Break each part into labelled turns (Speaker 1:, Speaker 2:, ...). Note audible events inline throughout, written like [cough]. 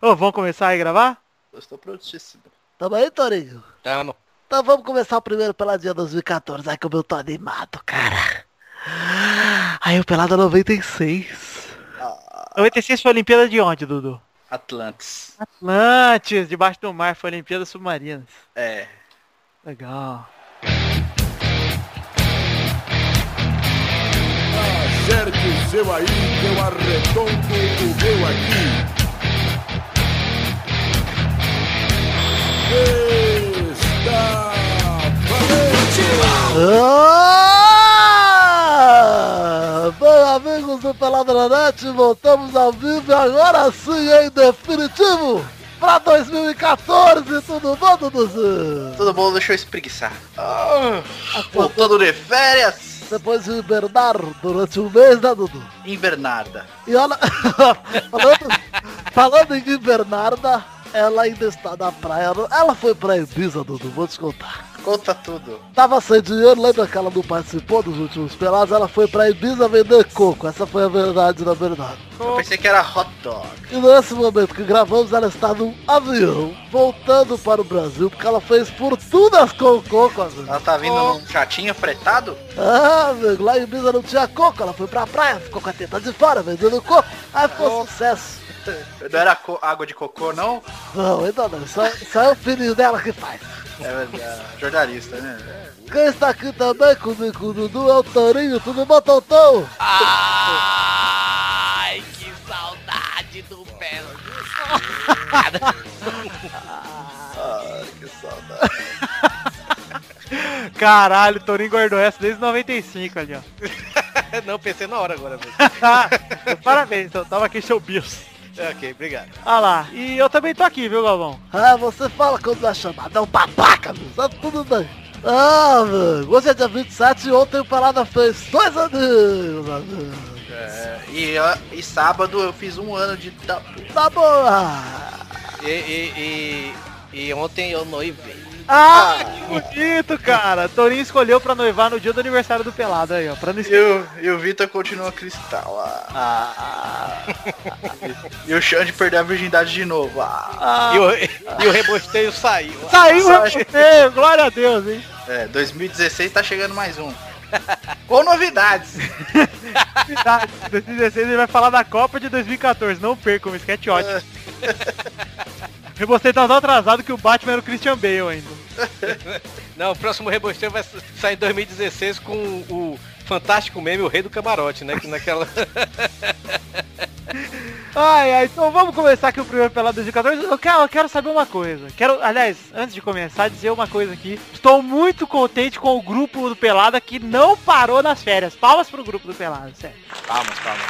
Speaker 1: Ô, vamos começar aí a gravar?
Speaker 2: Eu estou prontíssimo.
Speaker 3: Tamo aí, Torinho?
Speaker 2: Tamo.
Speaker 3: Então vamos começar o primeiro Peladinha 2014. Ai, como eu tô animado, cara. Aí o Pelada 96.
Speaker 1: Ah. 96 foi a Olimpíada de onde, Dudu?
Speaker 2: Atlantis.
Speaker 1: Atlantis, debaixo do mar, foi a Olimpíada Submarina.
Speaker 2: É.
Speaker 1: Legal.
Speaker 4: Acerte o seu aí, que eu arredondo o meu aqui. Está valente!
Speaker 3: Ah! Bem, amigos do Pelada na Net, voltamos ao vivo e agora sim, em definitivo, pra 2014, tudo bom, Duduzinho?
Speaker 2: Todo mundo deixou eu espreguiçar. Ah, voltando de é férias.
Speaker 3: Depois de hibernar durante um mês, né, Dudu?
Speaker 2: Invernada.
Speaker 3: E olha, [laughs] falando, falando em Bernarda, ela ainda está na praia. Ela foi pra Ibiza, Dudu, vou te contar.
Speaker 2: Conta tudo.
Speaker 3: Tava sem dinheiro, lembra que ela não participou dos últimos pelados? Ela foi pra Ibiza vender coco. Essa foi a verdade, na verdade.
Speaker 2: Eu pensei que era hot dog.
Speaker 3: E nesse momento que gravamos, ela está num avião, voltando para o Brasil, porque ela fez fortunas com coco, amigo.
Speaker 2: Ela tá vindo num chatinho fretado?
Speaker 3: Ah, amigo, lá em Ibiza não tinha coco. Ela foi pra praia, ficou com a teta de fora, vendendo coco. Aí ficou sucesso.
Speaker 2: Não era co- água de cocô, não?
Speaker 3: Não, ainda não. Só, só é o filhinho dela que faz.
Speaker 2: É verdade. Jornalista, né?
Speaker 3: Quem está aqui também comigo, com o Dudu, é o Torinho. Tudo bom, Tontão?
Speaker 5: Ai, que saudade
Speaker 1: [laughs]
Speaker 5: do Belo.
Speaker 2: Ai, que saudade.
Speaker 1: Caralho, Torinho guardou essa desde 95 ali, ó.
Speaker 5: [laughs] Não, pensei na hora agora mesmo.
Speaker 1: [laughs] Parabéns, eu tava aqui seu bios.
Speaker 2: É,
Speaker 5: ok, obrigado.
Speaker 1: Ah lá, e eu também tô aqui, viu, Galvão?
Speaker 3: Ah, você fala quando é chamado. É um babaca, meu. Sabe tudo bem. Ah, mano. Hoje é dia 27 e ontem o Parada fez dois aninhos, amigo.
Speaker 2: É, e, ó, e sábado eu fiz um ano de... da-
Speaker 3: Tá bom. ah.
Speaker 5: E, e, e, e ontem eu noivei.
Speaker 1: Ah, que bonito, cara. Torinho escolheu pra noivar no dia do aniversário do Pelado aí, ó. Pra não
Speaker 2: E
Speaker 1: esquecer.
Speaker 2: o, e o Vitor continua cristal. Ah. e o Xande perdeu a virgindade de novo. Ah.
Speaker 1: Ah,
Speaker 5: E o, e o rebosteio saiu.
Speaker 1: Saiu,
Speaker 2: Sai.
Speaker 1: reposteio, glória a Deus, hein?
Speaker 2: É, 2016 tá chegando mais um. Com novidades.
Speaker 1: Verdade. 2016 ele vai falar da Copa de 2014. Não perca, um
Speaker 3: [laughs]
Speaker 1: esquete ótimo. Rebostei tá tão atrasado que o Batman era o Christian Bale ainda.
Speaker 5: Não, o próximo rebosteio vai sa- sair em 2016 com o fantástico meme, o rei do camarote, né? Que naquela... [laughs]
Speaker 1: Ai, ai, então vamos começar aqui o primeiro pelado 2014. Eu quero, eu quero saber uma coisa. Quero, aliás, antes de começar, dizer uma coisa aqui. Estou muito contente com o grupo do Pelada que não parou nas férias. Palmas pro grupo do Pelada, sério.
Speaker 2: Palmas, palmas.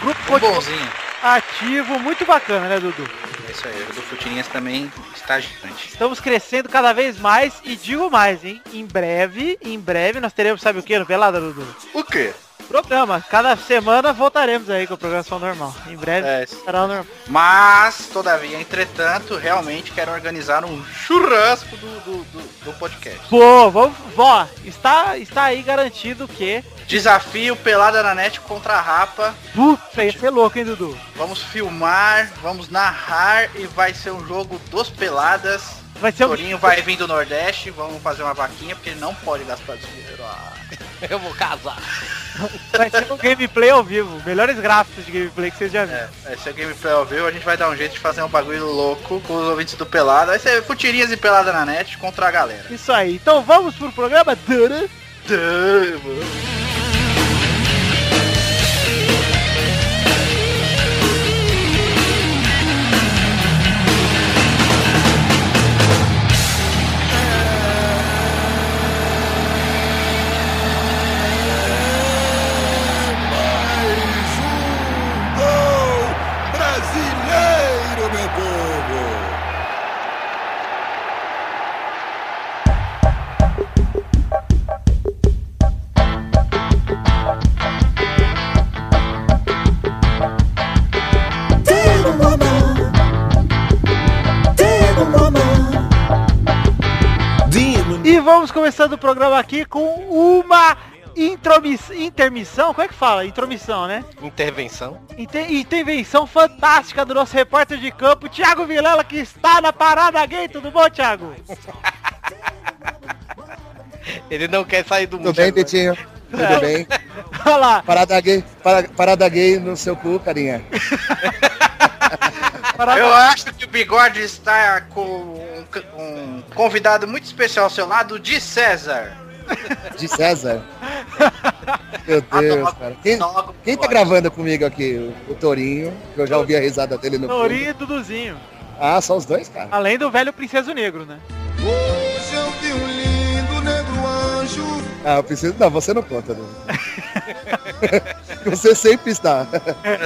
Speaker 1: O grupo
Speaker 2: Um
Speaker 1: continua
Speaker 2: bonzinho.
Speaker 1: ativo, muito bacana, né, Dudu?
Speaker 2: É isso aí, o do Futirinhas também está gigante.
Speaker 1: Estamos crescendo cada vez mais e digo mais, hein? Em breve, em breve nós teremos, sabe o que no Pelada, Dudu?
Speaker 2: O quê?
Speaker 1: Programa. Cada semana voltaremos aí com a programação normal. Em breve
Speaker 2: É,
Speaker 1: será o normal.
Speaker 2: mas, todavia, entretanto, realmente quero organizar um churrasco do, do, do- do podcast.
Speaker 1: Pô, vamos, vó, está, está aí garantido que
Speaker 2: Desafio Pelada na Net contra a Rapa.
Speaker 1: Puta, ia ser louco, hein, Dudu?
Speaker 2: Vamos filmar, vamos narrar e vai ser um jogo dos Peladas.
Speaker 1: Vai ser um...
Speaker 2: Torinho vai vir do Nordeste, vamos fazer uma vaquinha, porque ele não pode gastar dinheiro. Ah.
Speaker 5: Eu vou casar.
Speaker 1: Vai ser um gameplay ao vivo. Melhores gráficos de gameplay que vocês já viram.
Speaker 2: É, é, se a gameplay ao vivo, a gente vai dar um jeito de fazer um bagulho louco com os ouvintes do Pelado. Vai ser futirinhas e pelada na net contra a galera.
Speaker 1: Isso aí. Então vamos pro programa. Dudu.
Speaker 4: Mais um gol brasileiro, meu povo!
Speaker 6: Diego Loma. Diego Loma.
Speaker 1: E vamos começando o programa aqui com uma intromis- intermissão, como é que fala? Intromissão, né?
Speaker 5: Intervenção.
Speaker 1: Inte- intervenção fantástica do nosso repórter de campo, Thiago Vilela, que está na parada gay. Tudo bom, Thiago? [laughs]
Speaker 5: Ele não né? quer sair do
Speaker 7: Tudo
Speaker 5: mundo.
Speaker 7: bem,
Speaker 5: agora.
Speaker 7: Betinho? Tudo bem?
Speaker 1: Olha lá,
Speaker 7: Parada gay, para- parada gay no seu cu, carinha.
Speaker 1: parada
Speaker 2: Eu acho que o Bigode está com um, c- um convidado muito especial ao seu lado, de César.
Speaker 7: De César. Meu
Speaker 2: tá
Speaker 7: Deus, cara. Quem, quem tá gravando comigo aqui? O- O Torinho, que eu já ouvi a risada dele no
Speaker 1: Torinho e Duduzinho.
Speaker 7: fundo. Ah, só os dois, cara.
Speaker 1: Além do velho Princeso Negro, né?
Speaker 4: Hoje eu vi um lindo negro anjo.
Speaker 7: Ah, eu preciso. Não, você não conta, né? Você sempre está.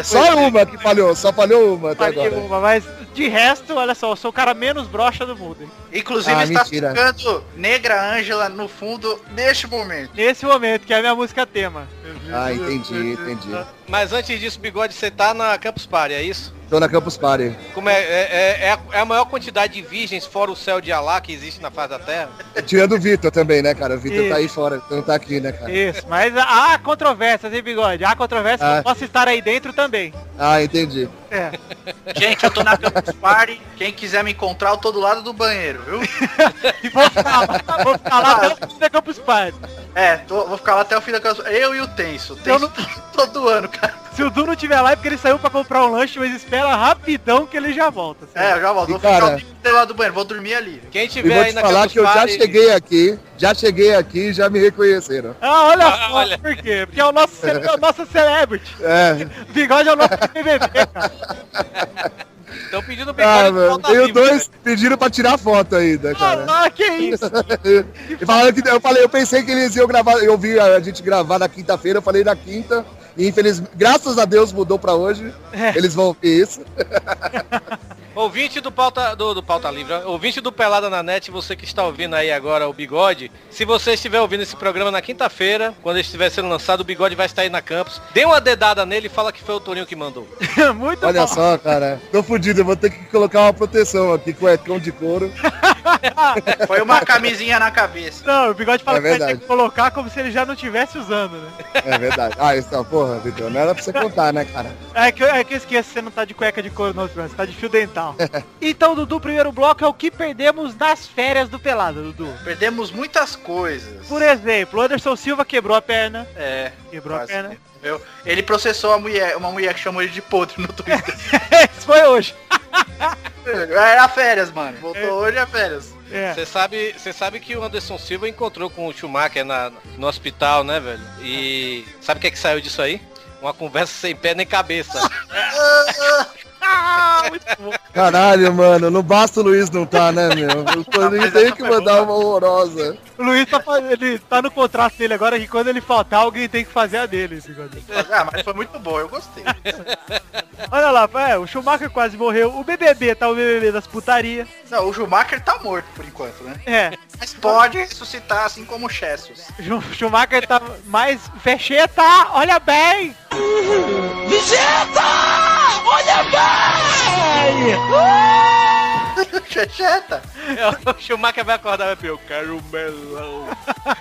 Speaker 7: Só uma que falhou, só falhou uma até
Speaker 1: Faria
Speaker 7: agora.
Speaker 1: uma, Mas de resto, olha só, eu sou o cara menos broxa do mundo. hein?
Speaker 2: Inclusive
Speaker 7: Ah,
Speaker 2: está
Speaker 7: mentira.
Speaker 2: tocando Negra Ângela no fundo neste momento.
Speaker 1: Nesse momento, que é a minha música tema.
Speaker 7: Ah, entendi, entendi.
Speaker 5: Mas antes disso, Bigode, você tá na Campus Party, é isso?
Speaker 7: Tô na Campus Party.
Speaker 5: Como é, é, é- é a, é a maior quantidade de virgens fora o céu de Alá que existe na face da Terra?
Speaker 7: Tirando o Vitor também, né, cara? O Vitor
Speaker 1: Isso.
Speaker 7: tá aí fora, não tá aqui, né, cara?
Speaker 1: Isso, mas há controvérsias, hein, bigode? Há controvérsias,
Speaker 7: Ah.
Speaker 1: eu posso estar aí dentro também.
Speaker 7: Ah, entendi.
Speaker 1: É.
Speaker 2: Gente, eu tô na Campus Party. Quem quiser me encontrar, eu tô do lado do banheiro, viu?
Speaker 1: E vou ficar lá, vou ficar lá até o fim da Campus Party.
Speaker 2: É, tô- vou ficar lá até o fim da Campus Eu e o Tenso. O
Speaker 1: Eu
Speaker 2: Tenso
Speaker 1: não-
Speaker 2: tá todo ano, cara.
Speaker 1: Se o Du não tiver lá é porque ele saiu pra comprar um lanche, mas espera rapidão que ele já volta.
Speaker 2: É,
Speaker 1: sabe?
Speaker 2: eu já volto.
Speaker 7: E,
Speaker 2: Vou ficar
Speaker 7: cara-
Speaker 2: o tempo inteiro lá do banheiro, vou dormir ali.
Speaker 5: Quem
Speaker 7: E
Speaker 5: tiver
Speaker 7: vou
Speaker 5: aí
Speaker 7: te
Speaker 5: na
Speaker 7: falar
Speaker 5: Campus
Speaker 7: que eu já
Speaker 5: Party-
Speaker 7: cheguei aqui, já cheguei aqui e já me reconheceram.
Speaker 1: Ah, olha
Speaker 5: Ah,
Speaker 1: só,
Speaker 5: olha.
Speaker 1: por quê? Porque é o nosso, ce- é o nosso celebrity.
Speaker 7: É.
Speaker 1: Bigode é o nosso BBB, cara.
Speaker 5: Estão pedindo Bigode
Speaker 7: Ah,
Speaker 5: de
Speaker 7: mano,
Speaker 5: volta
Speaker 7: tenho
Speaker 5: vivo,
Speaker 7: dois
Speaker 5: cara.
Speaker 7: pediram pra tirar foto ainda, cara.
Speaker 1: Ah, que isso. [laughs]
Speaker 7: E falaram que eu falei, eu pensei que eles iam gravar, eu vi a gente gravar na quinta-feira, eu falei na quinta. E infelizmente, graças a Deus mudou pra hoje. Eles vão ver isso.
Speaker 5: Ouvinte do pauta, do, do pauta Livre, ouvinte do Pelada na Net, você que está ouvindo aí agora o Bigode, se você estiver ouvindo esse programa na quinta-feira, quando ele estiver sendo lançado, o Bigode vai estar aí na Campus. Dê uma dedada nele e fala que foi o Torinho
Speaker 7: [laughs]
Speaker 5: que mandou.
Speaker 1: Muito
Speaker 7: Olha
Speaker 1: bom.
Speaker 7: só, cara. Tô fudido, eu vou ter que colocar uma proteção aqui com cuecão de couro.
Speaker 2: Foi uma camisinha na cabeça.
Speaker 1: Ah, Não, o bigode fala
Speaker 7: É
Speaker 1: que vai ter
Speaker 7: verdade.
Speaker 1: que colocar como se ele já não estivesse usando, né?
Speaker 7: É verdade. Ah, isso, ó, porra, Vitor, não era pra você contar, né, cara?
Speaker 1: É que, eu- é que eu esqueço, você não tá de cueca de couro não, Trans, você tá de fio dental. então, Dudu, o primeiro bloco é o que perdemos nas férias do Pelada, Dudu.
Speaker 2: Perdemos muitas coisas.
Speaker 1: Por exemplo, o Anderson Silva quebrou a perna.
Speaker 2: É.
Speaker 1: Quebrou
Speaker 2: Quase.
Speaker 1: a perna. [laughs]
Speaker 2: Eu- ele processou a mulher, uma mulher que chamou ele de podre no Twitter.
Speaker 1: Isso foi hoje.
Speaker 2: Era férias, mano. Voltou hoje a férias.
Speaker 1: É.
Speaker 5: Você sabe, você sabe que o Anderson Silva encontrou com o Schumacher na, no hospital, né, velho? E sabe o que é que saiu disso aí? Uma conversa sem pé nem cabeça.
Speaker 1: Ah, muito bom.
Speaker 7: Caralho, mano, não basta o Luiz não tá, né, meu? O Toninho
Speaker 2: mas
Speaker 7: tem
Speaker 2: essa
Speaker 7: que
Speaker 2: foi
Speaker 7: mandar uma horrorosa.
Speaker 1: O Luiz tá, faz- ele tá no contrato dele agora que quando ele faltar, alguém tem que fazer a dele. esse bigode.
Speaker 2: Mas, ah, mas foi muito bom, eu gostei.
Speaker 1: Olha lá, é, o Schumacher quase morreu. O BBB tá o BBB das putarias.
Speaker 2: Não, o Schumacher tá morto por enquanto, né?
Speaker 1: É,
Speaker 2: Mas pode ressuscitar assim como o Chessus.
Speaker 1: Schu- Schumacher tá mais fecheta. Olha bem.
Speaker 2: [laughs] Checheta!
Speaker 5: o [laughs] Schumacher vai acordar e vai pedir, eu quero um melão.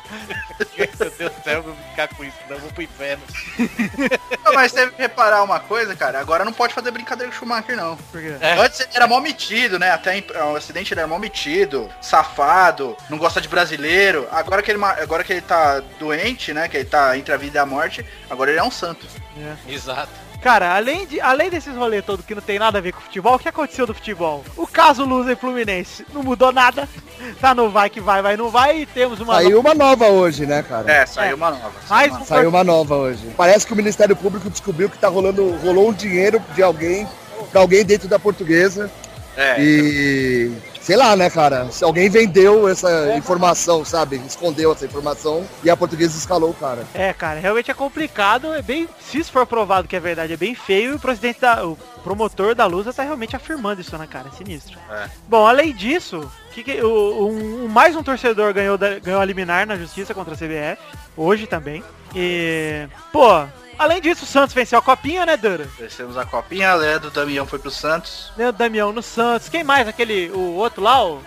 Speaker 5: [laughs] Meu Deus do céu, eu vou ficar com isso, não, eu vou pro inferno.
Speaker 2: Não, Mas teve que reparar uma coisa, cara. Agora não pode fazer brincadeira com o Schumacher, não.
Speaker 1: Por quê?
Speaker 2: Antes ele era mó metido, né? Até em- o acidente ele era mó metido, safado, não gosta de brasileiro. Agora que, ele, ma- agora que ele tá doente, né? Que ele tá entre a vida e a morte, agora ele é um santo.
Speaker 5: Exato.
Speaker 1: Cara, além, de, além desses rolê todo que não tem nada a ver com futebol, o que aconteceu do futebol? O caso Lusa e Fluminense não mudou nada. [laughs] Tá no vai que vai, vai, não vai. E temos uma...
Speaker 7: Saiu uma nova hoje, né, cara?
Speaker 2: É, saiu uma nova. saiu
Speaker 1: Mais
Speaker 2: uma
Speaker 1: um
Speaker 2: nova.
Speaker 7: Saiu uma nova hoje. Parece que o Ministério Público descobriu que tá rolando, rolou um dinheiro de alguém, pra alguém dentro da portuguesa.
Speaker 2: É.
Speaker 7: E sei lá, né, cara? Se alguém vendeu essa informação, sabe? Escondeu essa informação e a portuguesa escalou o cara.
Speaker 1: É, cara, realmente é complicado, é bem, se isso for provado que é verdade, é bem feio, e o presidente da, o promotor da Lusa tá realmente afirmando isso, né, cara, é sinistro.
Speaker 2: É.
Speaker 1: Bom, além disso, que que- o, um- um- mais um torcedor ganhou, da- ganhou a liminar na justiça contra a CBF, hoje também, e, pô, Além disso, o Santos venceu a copinha, né, Dura?
Speaker 2: Vencemos a copinha, a Léa do Damião foi pro Santos.
Speaker 1: Leandro Né, Damião no Santos. Quem mais? Aquele, o outro lá, o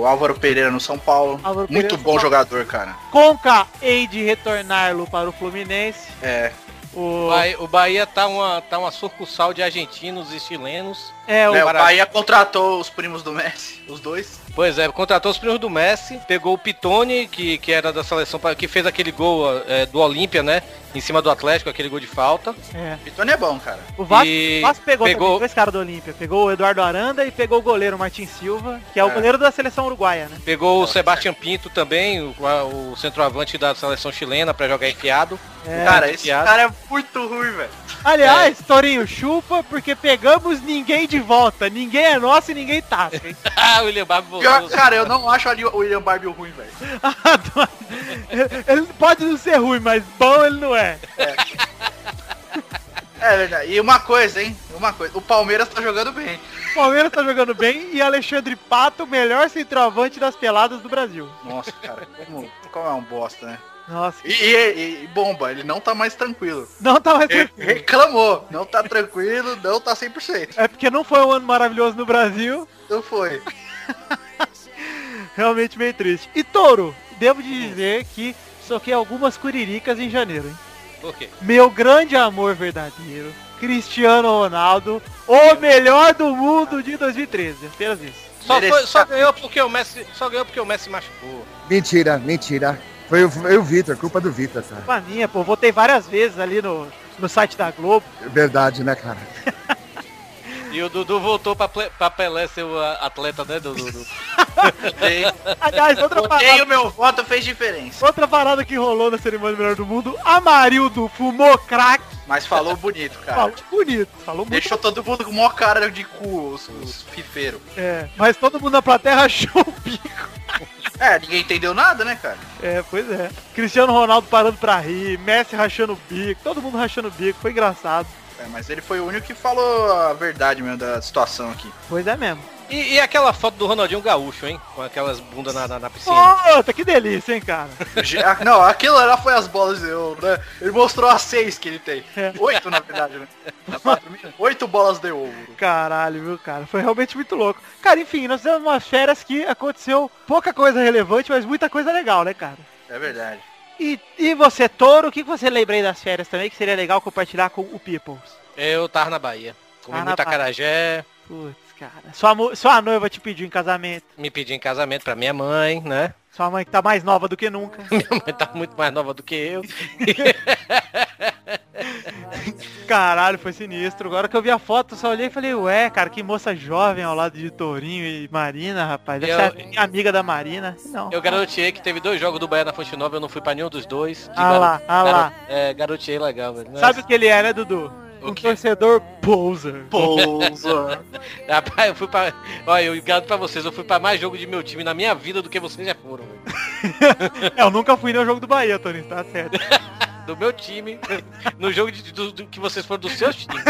Speaker 2: O Álvaro Pereira no São Paulo.
Speaker 1: Álvaro Pereira
Speaker 2: Muito
Speaker 1: no
Speaker 2: bom
Speaker 1: São
Speaker 2: jogador, cara.
Speaker 1: Conca, hei de retorná-lo para o Fluminense.
Speaker 2: É.
Speaker 1: O,
Speaker 5: O Bahia, o Bahia tá uma, tá uma sucursal de argentinos e chilenos.
Speaker 1: é, o,
Speaker 2: né, o
Speaker 5: Maravilha.
Speaker 2: Bahia contratou os primos do Messi, os dois.
Speaker 5: Pois é, contratou os primos do Messi, pegou o Pitone, que, que era da seleção, pa- que fez aquele gol é, do Olímpia, né? Em cima do Atlético, aquele gol de falta.
Speaker 1: é.
Speaker 2: Pitone é bom, cara.
Speaker 1: O Vasco,
Speaker 5: E
Speaker 1: o Vasco pegou,
Speaker 5: pegou-
Speaker 1: também dois caras do Olímpia. Pegou o Eduardo Aranda e pegou o goleiro Martin Silva, que é, o
Speaker 2: É.
Speaker 1: goleiro da seleção uruguaia, né?
Speaker 5: Pegou o Sebastião Pinto também, o, a- o centroavante da seleção chilena, pra jogar enfiado.
Speaker 1: É.
Speaker 2: cara, esse
Speaker 5: piada.
Speaker 2: cara é muito ruim, velho.
Speaker 1: Aliás,
Speaker 5: É.
Speaker 1: Torinho, chupa, porque pegamos ninguém de volta. Ninguém é nosso e ninguém tá.
Speaker 5: [laughs] [laughs] Ah, o William Barbie
Speaker 2: Pior,
Speaker 5: voltou.
Speaker 2: cara, eu não acho ali o William Barbie ruim, velho.
Speaker 1: [laughs] ele pode não ser ruim, mas bom ele não é.
Speaker 2: É verdade. E uma coisa, hein? Uma coisa. O Palmeiras tá jogando bem.
Speaker 1: O Palmeiras tá jogando bem e Alexandre Pato, o melhor centroavante das peladas do Brasil.
Speaker 2: Nossa, cara, como, como é um bosta, né?
Speaker 1: Nossa,
Speaker 2: E, e- e bomba, ele não tá mais tranquilo.
Speaker 1: não tá mais
Speaker 2: Ele
Speaker 1: tranquilo.
Speaker 2: reclamou. Não tá tranquilo, não tá 100%.
Speaker 1: É porque não foi um ano maravilhoso no Brasil.
Speaker 2: Não foi.
Speaker 1: Realmente meio triste. E Touro, devo te dizer que soquei algumas curiricas em janeiro, hein?
Speaker 5: Por quê?
Speaker 1: Meu grande amor verdadeiro, Cristiano Ronaldo, o melhor do mundo de 2013. Apenas isso.
Speaker 5: Só, foi- só
Speaker 2: Merecido.
Speaker 5: ganhou porque o Messi, só ganhou porque o Messi machucou.
Speaker 7: Mentira, mentira. Foi o, foi o Vitor, culpa do Vitor, cara.
Speaker 1: Pra minha, pô, votei várias vezes ali no, no site da Globo.
Speaker 7: Verdade, né, cara?
Speaker 5: E o Dudu voltou pra, ple- pra Pelé ser o ah, atleta, né, Dudu? Dudu?
Speaker 2: Dei,
Speaker 1: Aliás, outra
Speaker 2: botei
Speaker 1: parada,
Speaker 2: o meu voto fez diferença.
Speaker 1: outra parada que rolou na cerimônia do melhor do mundo, Amarildo fumou crack.
Speaker 2: Mas falou bonito, cara.
Speaker 1: Falou bonito, falou muito.
Speaker 2: Deixou todo mundo com maior cara de cu, os, os fifeiros.
Speaker 1: É, mas todo mundo na plateia [laughs] achou um o bico.
Speaker 2: É, ninguém entendeu nada, né, cara?
Speaker 1: É, pois é. Cristiano Ronaldo parando pra rir, Messi rachando o bico, todo mundo rachando o bico, foi engraçado.
Speaker 2: É, mas ele foi o único que falou a verdade mesmo da situação aqui.
Speaker 1: Pois é mesmo.
Speaker 5: E, e aquela foto do Ronaldinho Gaúcho, hein? Com aquelas bundas na, na, na piscina.
Speaker 1: Puta, que delícia, hein, cara. [laughs]
Speaker 2: Já- Não, aquilo lá foi as bolas de ouro, né? Ele mostrou as seis que ele tem.
Speaker 1: É.
Speaker 2: Oito, na verdade, [laughs] né? As quatro mil- Oito bolas de ouro.
Speaker 1: Caralho, viu, cara? Foi realmente muito louco. Cara, enfim, nós tivemos umas férias que aconteceu pouca coisa relevante, mas muita coisa legal, né, cara?
Speaker 2: É verdade.
Speaker 1: E, e você, Touro, o que que você lembra aí das férias também que seria legal compartilhar com o Peoples?
Speaker 5: Eu tava na Bahia. Comi
Speaker 1: Ah, na
Speaker 5: muita
Speaker 1: Bahia.
Speaker 5: carajé,
Speaker 1: Putz, cara. Sua, mo- sua noiva te pediu em casamento.
Speaker 5: me pedi em casamento pra minha mãe, né? [laughs]
Speaker 1: Sua mãe que tá mais nova do que nunca.
Speaker 5: Minha mãe tá muito mais nova do que eu.
Speaker 1: Caralho, foi sinistro. Agora que eu vi a foto, eu só olhei e falei, ué, cara, que moça jovem ao lado de Tourinho e Marina, rapaz. Deve
Speaker 5: Eu-
Speaker 1: ser a minha amiga da Marina. Não.
Speaker 5: Eu garoteei que teve dois jogos do Bahia na Fonte Nova, eu não fui pra nenhum dos dois. De
Speaker 1: Ah lá, ah lá.
Speaker 5: garo- É, garoteei legal, velho. Nossa.
Speaker 1: Sabe o que ele é, né, Dudu? Um
Speaker 5: quê?
Speaker 1: torcedor poser.
Speaker 2: Pousa.
Speaker 5: Rapaz, eu fui pra... Olha, eu garanto pra vocês, eu fui pra mais jogo de meu time na minha vida do que vocês já foram. velho.
Speaker 1: É, [laughs] eu nunca fui no jogo do Bahia, Torinho, tá certo.
Speaker 5: Do meu time, no jogo de, do, do que vocês foram dos seus times.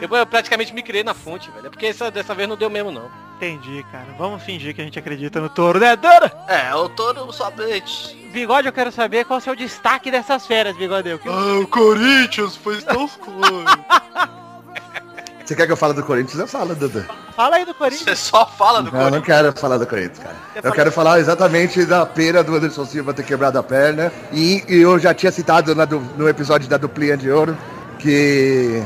Speaker 5: eu, eu praticamente me criei na fonte, velho. É porque essa, dessa vez não deu mesmo, não.
Speaker 1: Entendi, cara. Vamos fingir que a gente acredita no touro, né, Dora?
Speaker 2: É, eu tô no sabete.
Speaker 1: Bigode, eu quero saber qual é o seu destaque dessas férias, Bigode. O que-
Speaker 2: Ah, o Corinthians foi tão escuro.
Speaker 7: Você quer que eu fale do Corinthians? Eu falo, Dudu.
Speaker 1: Fala aí
Speaker 2: [laughs]
Speaker 1: do
Speaker 2: Você
Speaker 1: Corinthians. é
Speaker 2: só fala do
Speaker 7: Não, eu não
Speaker 2: Corinthians.
Speaker 7: quero falar do Corinthians, cara. Eu
Speaker 1: fala-
Speaker 7: quero falar exatamente da pena do Anderson Silva ter quebrado a perna. E, e eu já tinha citado na du- no episódio da duplinha de ouro que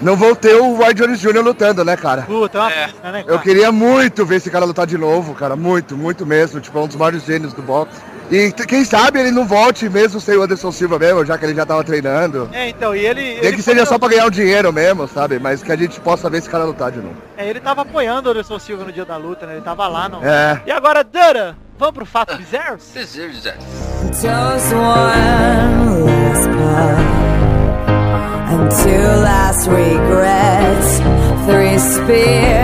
Speaker 7: não vou ter o Roy Jones Jr. lutando, né, cara?
Speaker 1: Puta, é uma
Speaker 2: É.
Speaker 1: pena, né, cara?
Speaker 7: Eu queria muito ver esse cara lutar de novo, cara. Muito, muito mesmo. Tipo, é um dos maiores gênios do boxe. E t- quem sabe ele não volte mesmo sem o Anderson Silva mesmo, já que ele já tava treinando.
Speaker 1: É, então, e ele...
Speaker 7: Nem
Speaker 1: ele
Speaker 7: que seja
Speaker 1: foi-
Speaker 7: só pra ganhar o dinheiro mesmo, sabe? Mas que a gente possa ver esse cara lutar de novo.
Speaker 1: É, ele tava apoiando o Anderson Silva no dia da luta, né? Ele tava lá, não.
Speaker 7: É.
Speaker 1: E agora, Dora, vamos pro fato bizarro?
Speaker 8: Just one last puff and two last regrets. Three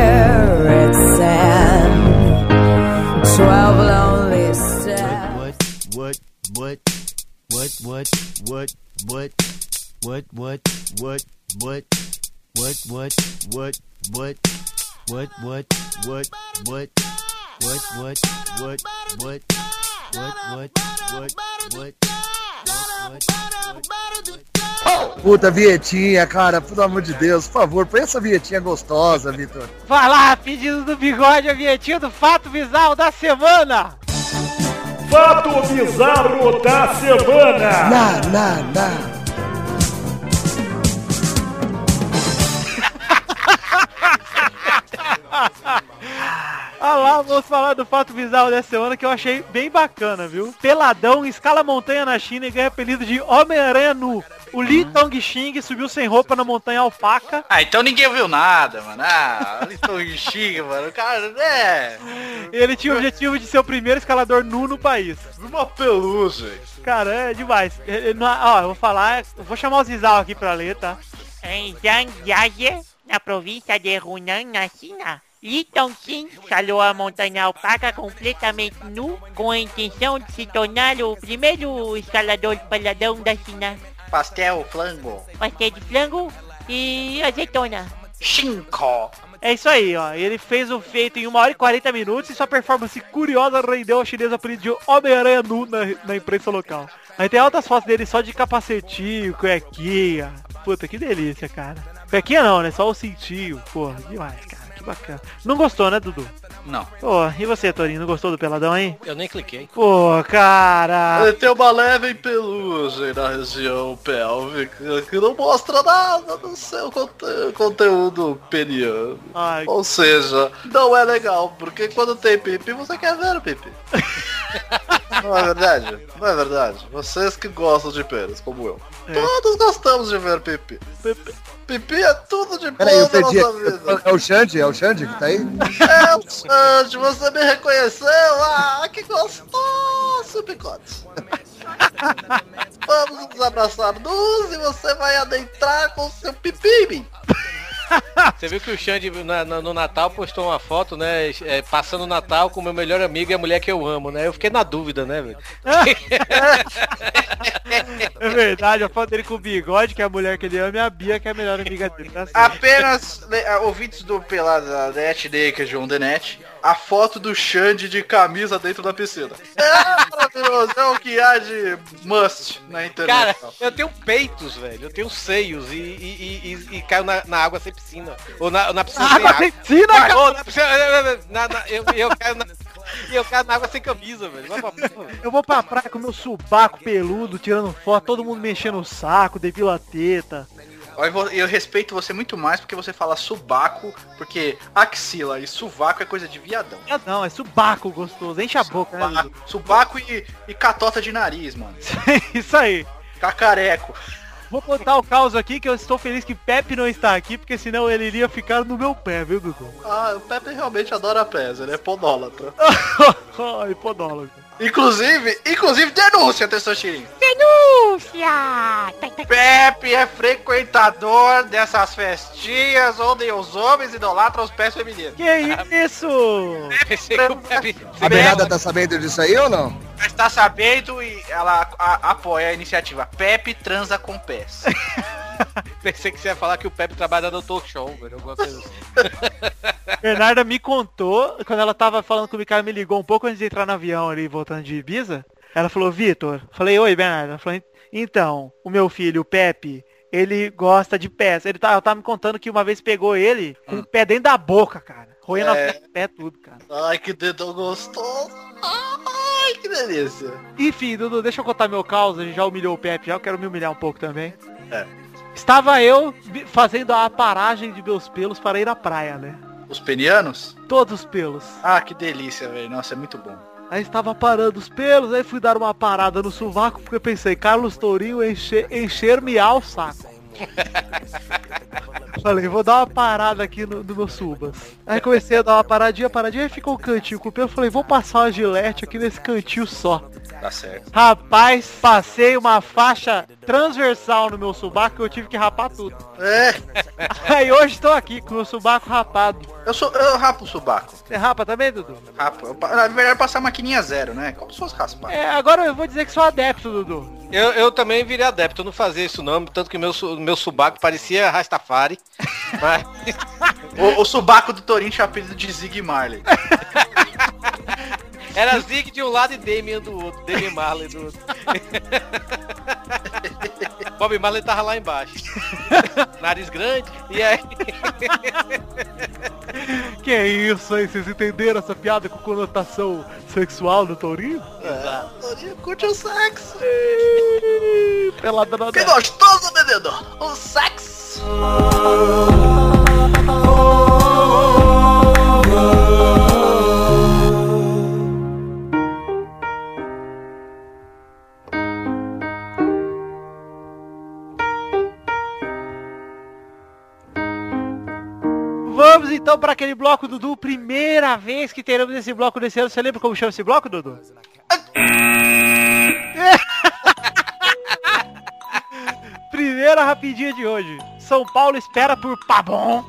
Speaker 8: spirits and twelve lonely steps.
Speaker 9: what what what what what what what what what what what what what what what what what what what what what what what what what what
Speaker 7: Puta, Vietinha, cara, pelo amor de Deus, por favor, põe essa Vietinha gostosa, Vitor.
Speaker 1: Vai lá, pedido do bigode, a vietinha do fato bizarro da semana.
Speaker 4: Fato bizarro da semana.
Speaker 7: Na, na, na.
Speaker 1: Ah lá, vamos falar do fato bizarro dessa semana que eu achei bem bacana, viu? Peladão, escala montanha na China e ganha apelido de Homem-Aranha nu. O Li Tongxing subiu sem roupa na montanha alpaca
Speaker 2: Ah, então ninguém viu nada, mano. Ah, Liton Xinga, mano. O cara, é.
Speaker 1: Ele tinha o objetivo de ser o primeiro escalador nu no país.
Speaker 2: Uma pelusa.
Speaker 1: Cara, é demais. Ele não- ó, eu vou falar, eu vou chamar o Zizal aqui pra ler, tá?
Speaker 10: Em Zhangjiajie, na província de Hunan, na China, Li Tongxin escalou a montanha alpaca completamente nu, com a intenção de se tornar o primeiro escalador paladão da China.
Speaker 2: Pastel, flango.
Speaker 10: Pastel de frango e azeitona.
Speaker 2: Xinco.
Speaker 1: É isso aí, ó. Ele fez o feito em 1 hora e 40 minutos e sua performance curiosa rendeu ao chinês o apelido de Homem-Aranha nu na, na imprensa local. Aí tem altas fotos dele só de capacetinho, cuequinha. Puta, que delícia, cara. Cuequinha não, né? Só o cintinho. Porra, demais, cara. Que bacana. Não gostou, né, Dudu?
Speaker 2: Não.
Speaker 1: Pô, e você, Torinho? Não gostou do peladão, hein?
Speaker 5: Eu nem cliquei.
Speaker 1: Pô, cara.
Speaker 2: Ah. Tem uma leve pelugem na região pélvica que não mostra nada do seu conte- conteúdo peniano.
Speaker 1: Ai,
Speaker 2: Ou seja, não é legal, porque quando tem pipi, você quer ver o pipi. não é verdade? Não é verdade? Vocês que gostam de pênis, como eu.
Speaker 1: É.
Speaker 2: Todos gostamos de ver pipi. Pipi, pipi é tudo de bom
Speaker 7: Peraí, eu
Speaker 2: na
Speaker 7: perdi.
Speaker 2: nossa vida.
Speaker 7: É o Xande? É o Xande que tá aí?
Speaker 2: É, Sandy, você me reconheceu? Ah, que gostoso, picote. Vamos nos abraçar nus e você vai adentrar com seu pipi em mim.
Speaker 5: Você viu que o Xande na- na- no Natal postou uma foto, né? é, passando o Natal com o meu melhor amigo e a mulher que eu amo, né? Eu fiquei na dúvida, né, velho?
Speaker 1: é verdade, a foto dele com o bigode, que é a mulher que ele ama, e a Bia, que é a melhor amiga dele. Tá certo.
Speaker 2: Apenas né, a- ouvintes do Pelada Net Naked on the Net, a foto do Xande de camisa dentro da piscina. É maravilhoso, é o que há de must na
Speaker 5: Cara,
Speaker 2: internet.
Speaker 5: eu tenho peitos, velho. Eu tenho seios e, e, e- e- e caio na, na água sem piscina. Ou na, na piscina sem
Speaker 1: Água sem piscina,
Speaker 5: ah, Vai,
Speaker 1: né, cara!
Speaker 5: ou na piscina- na- na- eu, eu caio na, eu caio na água sem camisa, velho. Vai pra porra.
Speaker 1: Eu vou pra praia com meu subaco peludo, tirando foto, todo mundo mexendo o saco, depila a teta.
Speaker 2: Ó, Eu, vou- eu respeito você muito mais porque você fala subaco, porque axila e sovaco é coisa de viadão.
Speaker 1: Ah, Não, é subaco gostoso, enche a boca, né? Dudu?
Speaker 2: Subaco, subaco e, e catota de nariz, mano.
Speaker 1: [laughs] Isso aí.
Speaker 2: Cacareco.
Speaker 1: Vou contar o caos aqui que eu estou feliz que Pepe não está aqui, porque senão ele iria ficar no meu pé, viu, Dudu?
Speaker 2: Ah, o Pepe realmente adora pés, ele é podólatra.
Speaker 1: [laughs] Ai, podólogo.
Speaker 2: Inclusive, inclusive denúncia, Testosterinho.
Speaker 10: Denúncia! Tá, tá,
Speaker 2: Pepe é frequentador dessas festinhas onde os homens idolatram os pés femininos.
Speaker 1: Que isso?
Speaker 5: Pensei que o Pepe-
Speaker 7: A Bernarda tá sabendo disso aí ou não?
Speaker 2: Mas tá sabendo e ela a- apoia a iniciativa. Pepe transa com pés.
Speaker 5: Pensei que você ia falar que o Pepe trabalha no talk show, velho. Alguma coisa assim.
Speaker 1: Bernarda me contou, quando ela tava falando comigo, ela me ligou um pouco antes de entrar no avião ali, voltando de Ibiza. Ela falou, Vitor, falei, oi, Bernarda. Ela falou, então, o meu filho, o Pepe, ele gosta de pés. Ele tá, ela tava me contando que uma vez pegou ele com o pé dentro da boca, cara. Roendo
Speaker 2: É.
Speaker 1: a pé, pé tudo, cara.
Speaker 2: Ai, que dedão gostoso. Ai, [laughs] que delícia.
Speaker 1: Enfim, Dudu, deixa eu contar meu caos, a gente já humilhou o Pepe, já eu quero me humilhar um pouco também.
Speaker 2: É.
Speaker 1: Estava eu vi- fazendo a paragem de meus pelos para ir à praia, né?
Speaker 2: Os penianos?
Speaker 1: Todos os pelos.
Speaker 2: Ah, que delícia, velho. Nossa, é muito bom.
Speaker 1: Aí estava parando os pelos, aí fui dar uma parada no sovaco porque eu pensei, Carlos Tourinho enche- encher-me ao saco. [laughs] Falei, vou dar uma parada aqui no, no meu subas. Aí comecei a dar uma paradinha, paradinha, aí ficou um cantinho com o pelo. Falei, vou passar uma gilete aqui nesse cantinho só.
Speaker 2: Tá certo.
Speaker 1: Rapaz, passei uma faixa transversal no meu subaco que eu tive que rapar tudo. [laughs]
Speaker 2: É,
Speaker 1: Aí hoje estou aqui com o subaco rapado.
Speaker 2: eu sou. Eu rapo o subaco.
Speaker 1: Você rapa também, Dudu?
Speaker 2: Rapo. Eu, pa- na verdade, passar a maquininha zero, né? Como se fosse raspar.
Speaker 1: É, agora eu vou dizer que sou adepto, Dudu.
Speaker 5: Eu, eu também virei adepto, eu não fazia isso não, tanto que meu, su- meu subaco parecia Rastafari. [laughs] Mas
Speaker 2: O, o subaco do Torinho tinha apelido de Zig Marley.
Speaker 5: Era Zig de um lado e Damien do outro. Damien Marley do
Speaker 2: [laughs]
Speaker 5: outro. Bob Marley tava lá
Speaker 2: [laughs]
Speaker 5: embaixo. Nariz grande. E aí...
Speaker 1: Que isso aí, vocês entenderam essa piada com conotação sexual do Tourinho?
Speaker 2: Curte É, o sexo.
Speaker 1: Pelada na
Speaker 2: Que gostoso, bebedor. O sexo.
Speaker 1: Vamos então para aquele bloco, Dudu. Primeira vez que teremos esse bloco desse ano. Você lembra como chama esse bloco, Dudu? [laughs] Primeira rapidinha de hoje. São Paulo espera por Pabon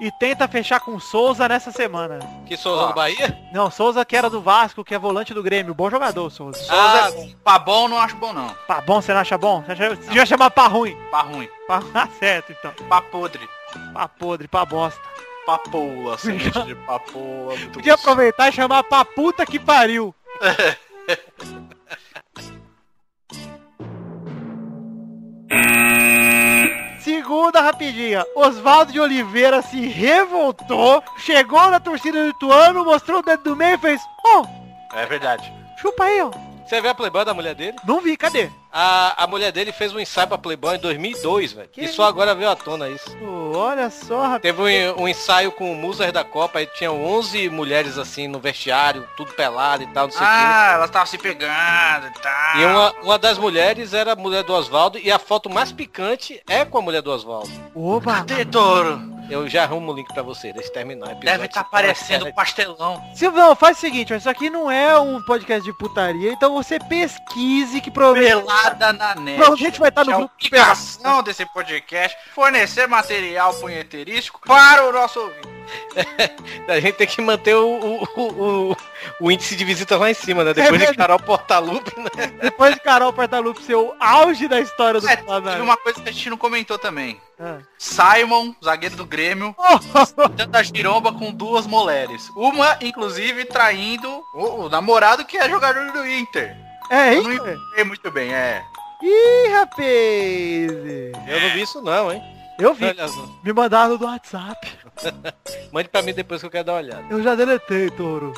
Speaker 1: e tenta fechar com Souza nessa semana.
Speaker 5: Que Souza
Speaker 2: Ah,
Speaker 5: do Bahia?
Speaker 1: Não, Souza que era do Vasco, que é volante do Grêmio. Bom jogador, Souza.
Speaker 5: Ah,
Speaker 2: Souza, pá bom, não acho bom não.
Speaker 1: Pá bom, você não acha bom? Você acha- você ia chamar pá ruim.
Speaker 2: Pá ruim.
Speaker 1: Pá tá certo, então.
Speaker 2: Pá podre.
Speaker 1: Pá podre, pá bosta.
Speaker 2: Papoula,
Speaker 5: [laughs]
Speaker 2: semente de papoula. muito
Speaker 1: Podia
Speaker 2: gostoso.
Speaker 1: aproveitar e chamar pra puta que pariu. [laughs] Segunda rapidinha. Oswaldo de Oliveira se revoltou, chegou na torcida do Ituano, mostrou o dedo do meio e fez... Ó,
Speaker 2: É verdade.
Speaker 1: chupa aí, ó.
Speaker 5: Você vê a Playboy da mulher dele?
Speaker 1: Não vi, cadê?
Speaker 5: A, a mulher dele fez um ensaio pra Playboy em 2002, velho.
Speaker 1: Que
Speaker 5: E só agora veio à tona isso.
Speaker 1: Ô, olha só, rapaz.
Speaker 5: Teve um, um ensaio com o Musas da Copa, aí tinham 11 mulheres assim no vestiário, tudo pelado e tal, não sei o quê.
Speaker 2: Ah, ela tava se pegando e tal.
Speaker 5: E uma, uma das mulheres era a mulher do Oswaldo e a foto mais picante é com a mulher do Oswaldo.
Speaker 1: Oba.
Speaker 2: Cadê, Toro?
Speaker 5: Eu já arrumo o link pra você, deixa eu terminar o episódio.
Speaker 2: Deve tá estar parecendo pastelão.
Speaker 1: Silvão, faz o seguinte, ó, isso aqui não é um podcast de putaria, então você pesquise que provavelmente...
Speaker 2: Pelada na net.
Speaker 1: Provavelmente vai
Speaker 5: tá
Speaker 1: estar no
Speaker 2: Que
Speaker 1: grupo
Speaker 2: é a obrigação desse podcast fornecer material punheteirístico para o nosso ouvinte.
Speaker 5: A gente tem que manter o, o, o, o- o índice de visitas lá em cima, né? Depois de
Speaker 1: verdade.
Speaker 5: Carol Portalupe, né?
Speaker 1: Depois de Carol Portalupe ser o auge da história do
Speaker 2: É,
Speaker 5: Tá
Speaker 2: teve
Speaker 1: Flamengo.
Speaker 2: uma coisa que a gente não comentou também.
Speaker 1: Ah.
Speaker 2: Simon, zagueiro do Grêmio, tanta giromba com duas mulheres. Uma, inclusive, traindo o, o namorado que é jogador do Inter.
Speaker 1: [laughs] É,
Speaker 2: Eu não
Speaker 1: hein?
Speaker 2: entendi muito bem, é.
Speaker 1: Ih, rapaz!
Speaker 5: Eu não vi isso não, hein?
Speaker 1: Eu vi.
Speaker 5: Olha só.
Speaker 1: Me mandaram do WhatsApp.
Speaker 5: Mande pra mim depois que eu quero dar uma olhada.
Speaker 1: Eu já deletei, touro.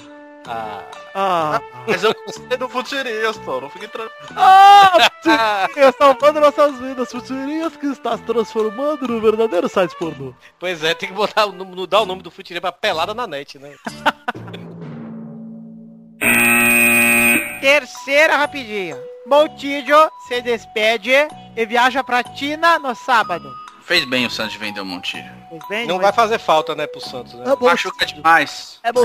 Speaker 5: Ah.
Speaker 1: Ah,
Speaker 2: Mas eu gostei do futurista, não fiquei tranquilo.
Speaker 1: ah futurinha, salvando nossas vidas, futurinhas que está se transformando no verdadeiro site pornô.
Speaker 5: Pois é, tem que botar o nome- mudar o nome do futebol pra pelada na net, né?
Speaker 1: Terceira rapidinha. Montijo se despede e viaja pra Tina no sábado.
Speaker 2: Fez bem o Santos vender o Montilho.
Speaker 1: Pois bem,
Speaker 5: Não vai fazer falta, né, pro Santos, né?
Speaker 3: É bom.
Speaker 2: Machuca demais.
Speaker 3: É bom,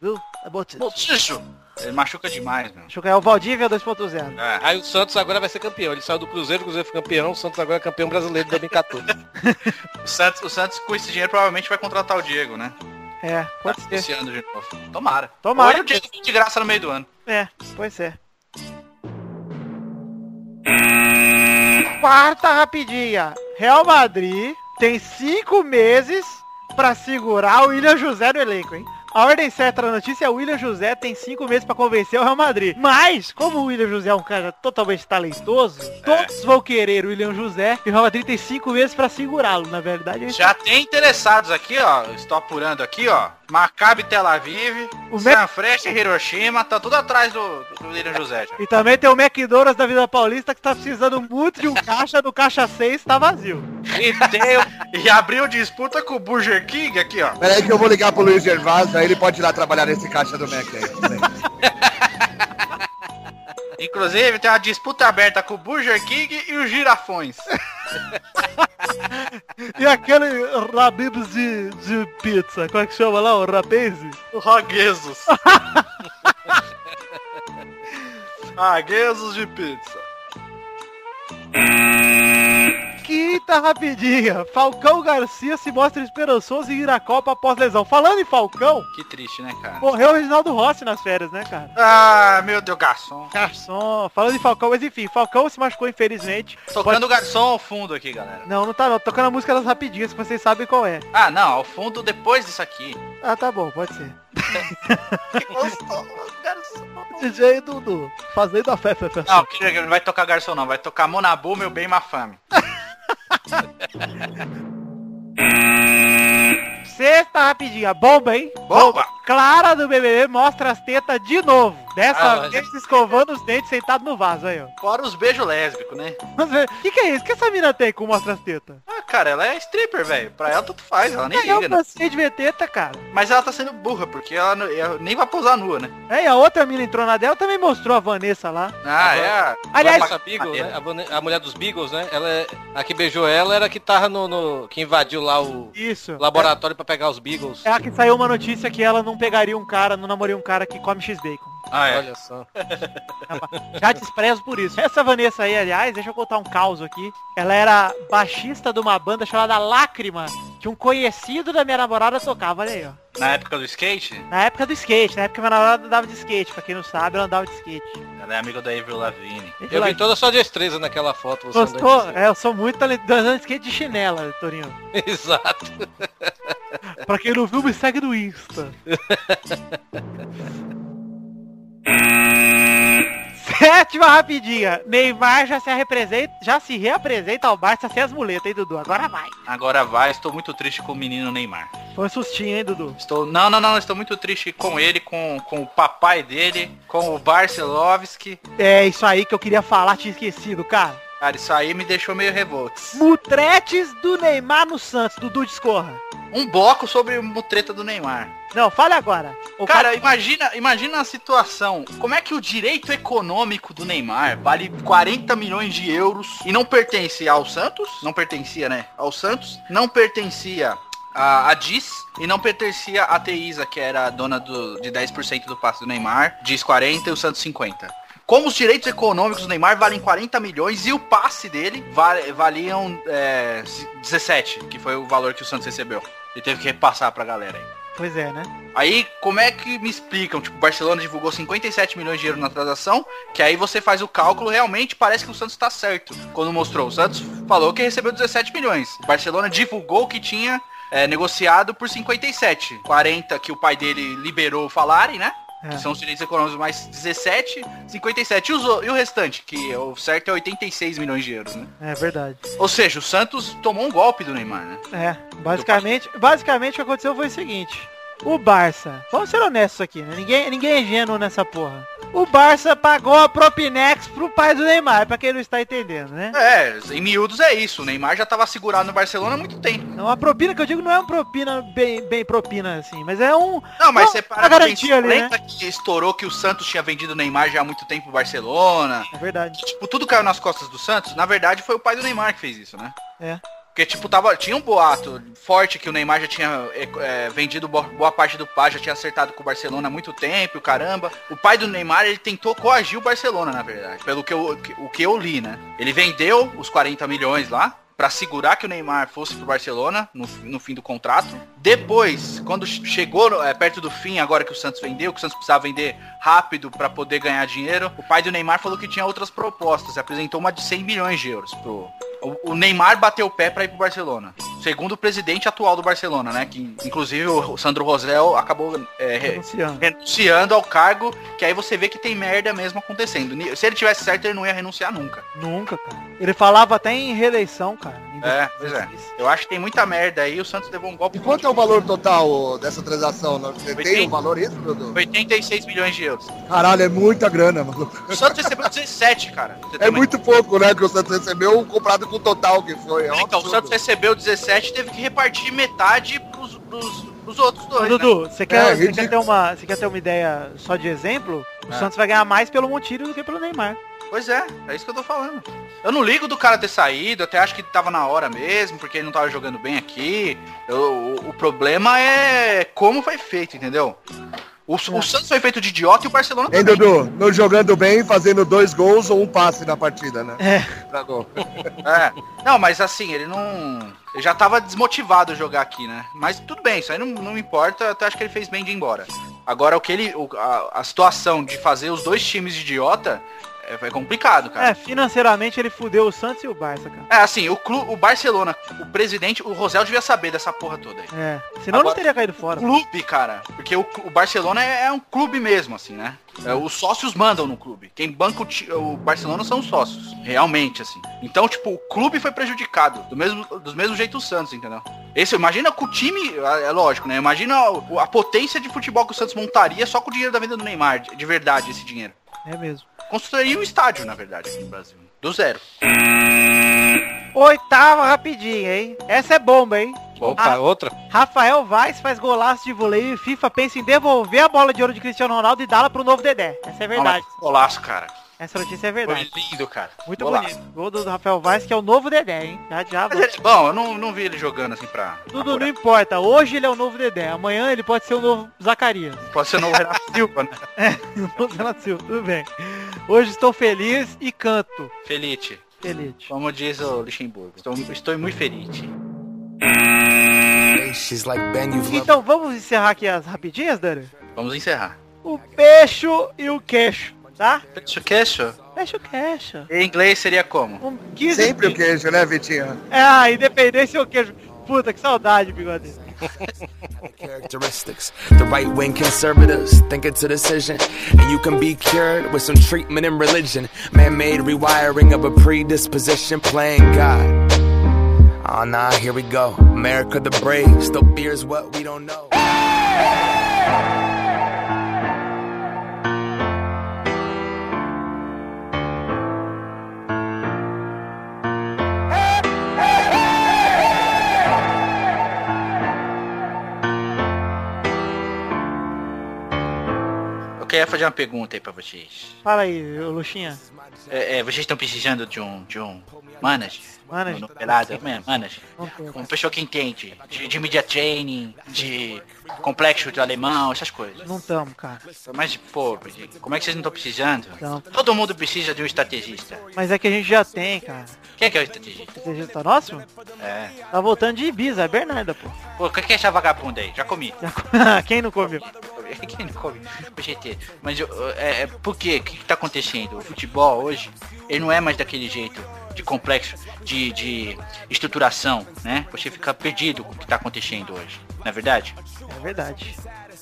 Speaker 3: viu? É bom.
Speaker 2: Montijo. Ele machuca demais, meu.
Speaker 1: Deixa eu ganhar o Valdívia 2.0.
Speaker 2: É.
Speaker 5: Aí o Santos agora vai ser campeão. Ele saiu do Cruzeiro, o Cruzeiro foi campeão, o Santos agora é campeão brasileiro de 2014.
Speaker 2: O, Santos, o Santos com esse dinheiro provavelmente vai contratar o Diego, né?
Speaker 1: É, pode ser.
Speaker 2: Esse ano de novo. Tomara.
Speaker 1: Tomara.
Speaker 2: Olha o Diego de graça no meio do ano.
Speaker 1: É, pois é. Quarta rapidinha. Real Madrid tem cinco meses pra segurar o William José no elenco, hein? A ordem certa da notícia é o William José tem cinco meses pra convencer o Real Madrid. Mas, como o William José é um cara totalmente talentoso, todos vão querer o William José e o Real Madrid tem cinco meses pra segurá-lo. Na verdade, é
Speaker 2: Já tem interessados aqui, ó. Eu Estou apurando aqui, ó. Maccabi Tel Aviv,
Speaker 1: O
Speaker 2: Sanfrecce Hiroshima, tá tudo atrás do, do William José já.
Speaker 1: E também tem o McDonald's da Vila Paulista que tá precisando muito de um caixa, do caixa 6 tá vazio.
Speaker 2: E, tem, [laughs] e abriu disputa com o Burger King aqui, ó.
Speaker 7: Peraí que eu vou ligar pro Luiz Gervásio, aí ele pode ir lá trabalhar nesse caixa do Mac aí. Peraí.
Speaker 2: Inclusive tem uma disputa aberta com o Burger King e os girafões.
Speaker 1: E aquele rabibs de, de pizza, como é que chama lá? O rapaze?
Speaker 2: Os Raguesos. Raguesos de pizza.
Speaker 1: Quinta rapidinha. tá Falcão Garcia se mostra esperançoso em ir à Copa após lesão. Falando em Falcão,
Speaker 2: Que triste, né, cara?
Speaker 1: morreu o Reginaldo Rossi nas férias, né, cara?
Speaker 2: Ah, meu Deus, garçom.
Speaker 1: Garçom, falando em Falcão, mas enfim, Falcão se machucou infelizmente.
Speaker 2: Tocando o garçom ao fundo aqui, galera.
Speaker 1: Não, não tá não, tocando a música das rapidinhas, que vocês sabem qual é.
Speaker 2: Ah, não, ao fundo depois disso aqui.
Speaker 1: Ah, tá bom, pode ser.
Speaker 3: DJ Dudu, fazendo a fé, fé, fé.
Speaker 2: Não, que- que não vai tocar garçom não, vai tocar Monabu, meu bem, Mafame.
Speaker 1: Sexta rapidinha, bomba, hein?
Speaker 2: Bomba!
Speaker 1: Clara do BBB mostra as tetas de novo. Dessa
Speaker 2: Ah,
Speaker 1: vez escovando os dentes sentado no vaso aí, ó.
Speaker 2: Fora os beijos lésbicos, né?
Speaker 1: Vamos ver. O que, que é isso? O que essa mina tem com mostra as tetas?
Speaker 2: Ah, cara, ela é stripper, velho. Pra ela tanto faz, ela nem
Speaker 1: É, eu
Speaker 2: liga, né?
Speaker 1: cansei de ver teta, cara.
Speaker 2: Mas ela tá sendo burra, porque ela, não- ela nem vai pousar nua, né?
Speaker 1: É, e a outra mina entrou na dela também mostrou a Vanessa lá.
Speaker 2: Ah, é. a-
Speaker 1: Aliás-
Speaker 5: Vanessa Beagle, né? a, Vane- a mulher dos Beagles, né? Ela é- a que beijou ela era a que tava no, no- que invadiu lá o
Speaker 1: Isso.
Speaker 5: laboratório pra pegar os Beagles.
Speaker 1: É a que saiu uma notícia que ela não pegaria um cara, não namoraria um cara que come X-Bacon.
Speaker 2: Ah, é.
Speaker 5: Olha só.
Speaker 1: Já desprezo por isso. Essa Vanessa aí, aliás, deixa eu contar um caos aqui. Ela era baixista de uma banda chamada Lágrima, que um conhecido da minha namorada tocava, olha aí, ó.
Speaker 2: Na época do skate,
Speaker 1: Na época do skate, na época que minha namorada andava de skate, pra quem não sabe, ela andava de skate.
Speaker 2: ela é amiga da Avril Lavigne.
Speaker 5: Eu vi toda a sua destreza naquela foto. Você
Speaker 1: Gostou?
Speaker 5: andando
Speaker 1: É, eu sou muito talentoso andando de skate de chinela, Torinho.
Speaker 5: de- [laughs] Exato.
Speaker 1: Pra quem não viu, me segue no Insta.
Speaker 5: [laughs]
Speaker 1: Sétima rapidinha. Neymar já se representa, já se reapresenta ao Barça sem as muletas, hein, Dudu? Agora vai.
Speaker 2: Agora vai, estou muito triste com o menino Neymar.
Speaker 1: Foi um sustinho, hein, Dudu?
Speaker 2: Estou, não, não, não, estou muito triste com ele, com, com o papai dele, com o Barcelovski.
Speaker 1: É isso aí que eu queria falar, tinha esquecido, cara.
Speaker 2: Cara, isso aí me deixou meio revolto.
Speaker 1: Mutretes do Neymar no Santos, Dudu discorra.
Speaker 2: Um bloco sobre o treta do Neymar.
Speaker 1: Não, fale agora. O
Speaker 2: Cara, imagina, imagina a situação. Como é que o direito econômico do Neymar vale 40 milhões de euros e não pertence ao Santos? Não pertencia, né? Ao Santos. Não pertencia a, a Diz e não pertencia a Teisa, que era a dona do, de 10% do passe do Neymar. Diz 40 e o Santos 50. Como os direitos econômicos do Neymar valem 40 milhões e o passe dele vale, valiam é, 17, que foi o valor que o Santos recebeu. Ele teve que repassar pra galera aí.
Speaker 1: Pois é, né?
Speaker 2: Aí, como é que me explicam? Tipo, o Barcelona divulgou 57 milhões de euros na transação, que aí você faz o cálculo, realmente parece que o Santos tá certo. Quando mostrou, o Santos falou que recebeu 17 milhões. O Barcelona divulgou que tinha é, negociado por 57. 40 que o pai dele liberou falarem, né?
Speaker 1: É.
Speaker 2: Que são os direitos econômicos mais 17, 57. E, os o- e o restante, que o certo é 86 milhões de euros, né?
Speaker 1: É verdade.
Speaker 2: Ou seja, o Santos tomou um golpe do Neymar, né?
Speaker 1: É, basicamente, basicamente o que aconteceu foi o seguinte. O Barça, vamos ser honestos aqui, né? Ninguém, ninguém é ingênuo nessa porra. O Barça pagou a Propinex pro pai do Neymar, pra quem não está entendendo, né?
Speaker 2: É, em miúdos é isso. O Neymar já tava segurado no Barcelona há muito tempo.
Speaker 1: Então, a propina que eu digo não é uma propina bem, bem propina, assim, mas é um...
Speaker 2: Não, mas
Speaker 1: Não,
Speaker 2: você para
Speaker 1: a
Speaker 2: pra
Speaker 1: garantia
Speaker 2: pensar,
Speaker 1: ali, né?
Speaker 2: lembra que estourou que o Santos tinha vendido o Neymar já há muito tempo pro Barcelona.
Speaker 1: É verdade.
Speaker 2: Que, tipo, tudo caiu nas costas do Santos. Na verdade, foi o pai do Neymar que fez isso, né?
Speaker 1: É.
Speaker 2: Porque, tipo, tava, tinha um boato forte que o Neymar já tinha é, é, vendido bo- boa parte do pai, já tinha acertado com o Barcelona há muito tempo, e o caramba. O pai do Neymar, ele tentou coagir o Barcelona, na verdade, pelo que eu, o que eu li, né? Ele vendeu os 40 milhões lá pra segurar que o Neymar fosse pro Barcelona no, no fim do contrato. Depois, quando che- chegou no- é, perto do fim, agora que o Santos vendeu, que o Santos precisava vender rápido pra poder ganhar dinheiro, o pai do Neymar falou que tinha outras propostas, apresentou uma de 100 milhões de euros pro, o o Neymar bateu o pé pra ir pro Barcelona. Segundo o presidente atual do Barcelona, né? Que inclusive o Sandro Rosel acabou é, re-
Speaker 1: Luciano.
Speaker 2: renunciando ao cargo, que aí você vê que tem merda mesmo acontecendo. Ni- Se ele tivesse certo, ele não ia renunciar nunca.
Speaker 1: Nunca, cara. Ele falava até em reeleição, cara. em
Speaker 2: É, pois é.
Speaker 1: 2016.
Speaker 2: Eu acho que tem muita merda aí, o Santos levou um
Speaker 7: [laughs]
Speaker 2: golpe
Speaker 7: E quanto é o valor total ô, dessa transação? Não- Você tem um valor isso, Dudu?
Speaker 2: 86 milhões de euros.
Speaker 7: Caralho, é muita grana, maluco.
Speaker 2: O Santos recebeu 17, cara. Você
Speaker 7: É
Speaker 2: também.
Speaker 7: muito pouco, né, que o Santos recebeu comparado com o total que foi. É um
Speaker 2: Então, o
Speaker 7: absurdo.
Speaker 2: Santos recebeu 17 e teve que repartir metade pros, pros, pros outros
Speaker 1: Ô,
Speaker 2: dois. né?
Speaker 1: Dudu, você quer,
Speaker 7: É,
Speaker 1: você quer
Speaker 7: ridículo.
Speaker 1: ter uma, você quer ter uma ideia só de exemplo? O
Speaker 2: É.
Speaker 1: Santos vai ganhar mais pelo Montilho do que pelo Neymar.
Speaker 2: Pois é, é isso que eu tô falando. Eu não ligo do cara ter saído, até acho que tava na hora mesmo, porque ele não tava jogando bem aqui. Eu- o, o problema é como foi feito, entendeu? O, o Santos foi feito de idiota e o Barcelona
Speaker 7: É. Hein,
Speaker 2: também.
Speaker 7: Dudu? Não jogando bem, fazendo dois gols ou um passe na partida, né?
Speaker 2: É. Não, mas assim, ele não. Ele já tava desmotivado a jogar aqui, né? Mas tudo bem, isso aí não, não importa, eu até acho que ele fez bem de ir embora. Agora o que ele. o- a, a situação de fazer os dois times de idiota É, é complicado, cara.
Speaker 1: É, financeiramente ele fudeu o Santos e o Barça, cara.
Speaker 2: É, assim, o, clu, o Barcelona, o presidente, o Rosel devia saber dessa porra toda aí.
Speaker 1: É, senão não
Speaker 2: Agora-
Speaker 1: teria caído fora.
Speaker 2: Clube, cara. Porque o, clu- o Barcelona é, é um clube mesmo, assim, né? É, os sócios mandam no clube. Quem banca o, ti- o Barcelona são os sócios. Realmente, assim. Então, tipo, o clube foi prejudicado. Do mesmo, do mesmo jeito o Santos, entendeu? Esse, imagina com o time, é é lógico, né? Imagina o- a potência de futebol que o Santos montaria só com o dinheiro da venda do Neymar, de de verdade, esse dinheiro.
Speaker 1: É mesmo.
Speaker 2: Construiria um estádio, na verdade, aqui no Brasil. Do zero.
Speaker 1: Oitava rapidinho, hein? Essa é bomba, hein?
Speaker 5: Opa,
Speaker 1: Ah.
Speaker 5: outra.
Speaker 1: Rafael Vaz faz golaço de voleio e FIFA pensa em devolver a bola de ouro de Cristiano Ronaldo e dá-la pro novo Dedé. Essa é verdade.
Speaker 2: Olha lá, Golaço, cara.
Speaker 1: Essa notícia é
Speaker 2: Foi
Speaker 1: verdade.
Speaker 2: lindo, cara.
Speaker 1: Muito
Speaker 2: Golaço.
Speaker 1: bonito. Gol do Rafael Vaz, que é o novo Dedé, hein? Já, já.
Speaker 2: Mas ele é bom, eu não, não vi ele jogando assim pra.
Speaker 1: Tudo não importa. Hoje ele é o novo Dedé. Amanhã ele pode ser o novo Zacarias. [laughs]
Speaker 2: Pode ser o novo Renato Silva, né?
Speaker 1: Não, Renato Silva, Tudo bem. Hoje estou feliz e canto.
Speaker 2: Felite.
Speaker 1: Feliz.
Speaker 2: Como diz o Luxemburgo. Estou, estou muito feliz.
Speaker 11: She's like Ben, you've loved
Speaker 1: Então vamos encerrar aqui as rapidinhas, Dani?
Speaker 2: Vamos encerrar.
Speaker 1: O peixe e o queixo, tá?
Speaker 2: Peixe queixo?
Speaker 1: Peixe e o queixo.
Speaker 2: Em inglês seria como?
Speaker 1: Um 15
Speaker 7: Sempre o queijo, né, Vitinho?
Speaker 1: É, a independência e o queijo. Puta, que saudade, bigode.
Speaker 11: characteristics. The right wing conservatives think it's a decision, and you can be cured with some treatment and religion. Man made rewiring of a predisposition, playing God. Oh, nah, here we go. America the brave still fears what we don't know.
Speaker 2: Eu queria fazer uma pergunta aí pra vocês.
Speaker 1: Fala aí, ô Luxinha.
Speaker 2: É, é, vocês estão precisando de um, de um manager?
Speaker 1: Manager.
Speaker 2: No- no Pelada, man- manager.
Speaker 1: Não tem.
Speaker 2: Uma pessoa que entende de, de media training, de complexo de alemão, essas coisas.
Speaker 1: Não tamo, cara.
Speaker 2: Mas, pô, gente, como é que vocês não estão precisando?
Speaker 1: Não.
Speaker 2: Todo mundo precisa de um estrategista.
Speaker 1: Mas é que a gente já tem, cara.
Speaker 2: Quem é que é o estrategista?
Speaker 1: Você já tá nosso?
Speaker 2: É.
Speaker 1: Tá voltando de Ibiza, é Bernarda, pô. [laughs]
Speaker 2: Pô, o que é essa vagabunda aí? Já comi. [laughs]
Speaker 1: Já co- Quem não comeu?
Speaker 2: Quem não come? O GT. Mas eu- eu- é, é, por quê? O que, que tá acontecendo? O futebol hoje, ele não é mais daquele jeito de complexo, de, de estruturação, né? Você fica perdido com o que tá acontecendo hoje, não é verdade?
Speaker 1: É verdade.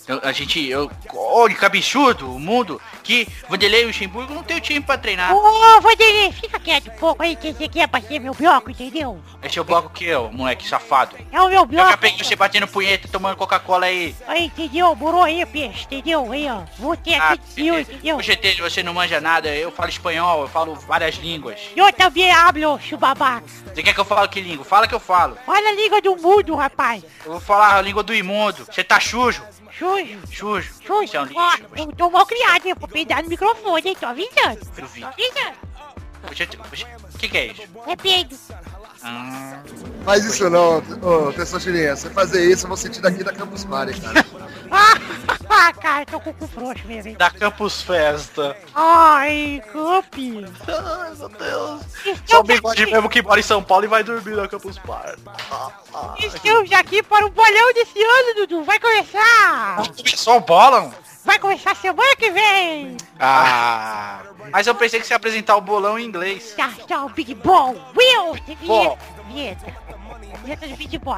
Speaker 2: Eu- a gente, eu, olha que absurdo o mundo que Vanderlei e Luxemburgo não tem o time pra treinar.
Speaker 12: Ô, Vanderlei, fica quieto um pouco aí, que esse aqui é pra ser meu bloco, entendeu?
Speaker 2: Esse é o bloco que eu, moleque safado.
Speaker 12: É o meu
Speaker 2: Eu já
Speaker 12: bloco.
Speaker 2: peguei você batendo punheta, tomando Coca-Cola aí.
Speaker 12: Aí, entendeu? Morou aí, peixe, entendeu? Aí, ó. Vou ter
Speaker 2: Ah,
Speaker 12: aqui de fio, entendeu?
Speaker 2: o GT, você não manja nada, eu falo espanhol, eu falo várias línguas.
Speaker 12: Eu também hablo, chubabaca.
Speaker 2: Você quer que eu fale que língua? Fala que eu falo.
Speaker 12: Olha a língua do mundo, rapaz.
Speaker 2: Eu vou falar a língua do imundo. Você tá chujo.
Speaker 12: Xujo,
Speaker 2: Chujo. Você é um
Speaker 12: xujo. Ó,
Speaker 2: lixo.
Speaker 12: eu tô mal criado, hein? Vou peidar no microfone, hein? Tô avisando.
Speaker 2: Eu vi.
Speaker 12: Tô avisando.
Speaker 2: Você- você- O que, que é isso?
Speaker 12: É peido.
Speaker 2: Ah,
Speaker 7: Faz isso não, ô, Tessoshirinha. Se você fazer isso, eu vou sentir daqui da Campus Party, cara.
Speaker 12: Ah, [laughs] cara, tô com o cu frouxo mesmo, hein?
Speaker 5: Da Campus Festa.
Speaker 12: Ai, Cupi.
Speaker 2: Ai, meu Deus.
Speaker 12: Estamos aqui,
Speaker 2: um mesmo que mora em São Paulo e vai dormir na Campus Party.
Speaker 12: estamos aqui para o bolão desse ano, Dudu. Vai começar.
Speaker 2: Só o bola, mano?
Speaker 12: Vai começar semana que vem.
Speaker 2: Ah. Mas eu pensei que você ia apresentar o bolão em inglês.
Speaker 12: Tá, tá, o Big Bom. Will, tem
Speaker 2: Bom.
Speaker 12: vinheta. Vinheta. Vinheta do Big Bom.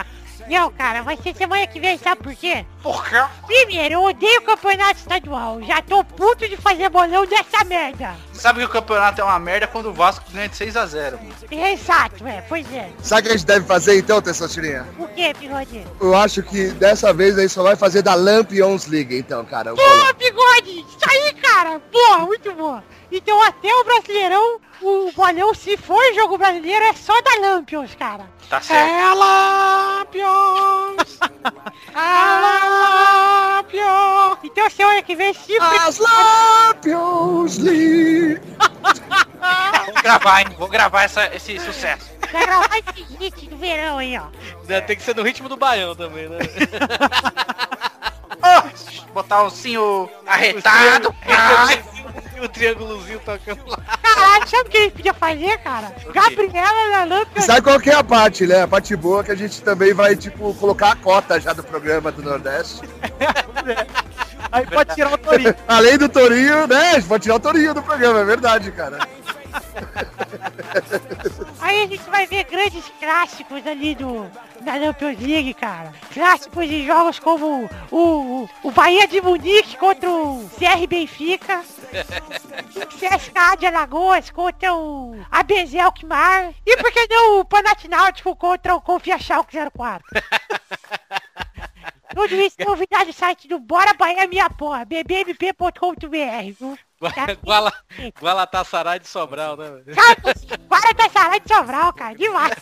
Speaker 12: Não, cara, vai ser semana que vem, sabe por quê?
Speaker 2: Por quê?
Speaker 12: Primeiro, eu odeio o campeonato estadual. Já tô puto de fazer bolão dessa merda.
Speaker 2: Sabe que o campeonato é uma merda quando o Vasco ganha de 6x0, mano.
Speaker 12: Exato, é, pois é.
Speaker 7: Sabe o que a gente deve fazer então, Tessoshirinha?
Speaker 12: Por quê, bigode?
Speaker 7: Eu acho que dessa vez aí só vai fazer da Lampions League, então, cara. o bolão.
Speaker 12: Boa, bigode! Isso aí, cara! Boa, muito boa! Então até o Brasileirão, o bolão, se for jogo brasileiro, é só da Lampions, cara.
Speaker 2: Tá certo.
Speaker 12: É Lampions! é Lampions! Então semana que vem, se
Speaker 7: As Lampions League!
Speaker 2: Vou gravar, hein? Vou gravar essa- esse sucesso.
Speaker 12: vai gravar esse hit do verão aí, ó.
Speaker 5: Né, Tem que ser no ritmo do baião também, né?
Speaker 2: Oh, botar um sinho arretado. Ai. [laughs]
Speaker 5: E o triângulozinho
Speaker 2: tá-
Speaker 5: tocando lá.
Speaker 12: Caralho, sabe o que ele podia fazer, cara? Gabriela na
Speaker 7: E
Speaker 12: Lampions.
Speaker 7: sabe qual que é a parte, né? A parte boa é que a gente também vai, tipo, colocar a cota já do programa do Nordeste.
Speaker 1: Aí pode tirar o Torinho.
Speaker 7: [laughs] Além do Torinho, né? A gente pode tirar o Torinho do programa, é verdade, cara.
Speaker 12: Aí a gente vai ver grandes clássicos ali do, da Champions League, cara. Clássicos de jogos como o, o, o Bahia de Munique contra o CR Benfica, CSKA de Alagoas contra o ABZ Alkmaar e por que não o Panathinaikos contra o Confia Schalke 04. Tudo isso é novidade no site do Bora Bahia Minha Porra, bbmp.com.br, viu?
Speaker 5: [laughs] Guala, Gualatassaray de Sobral, né? velho?
Speaker 12: Para da Sarai de Sobral, cara, demais.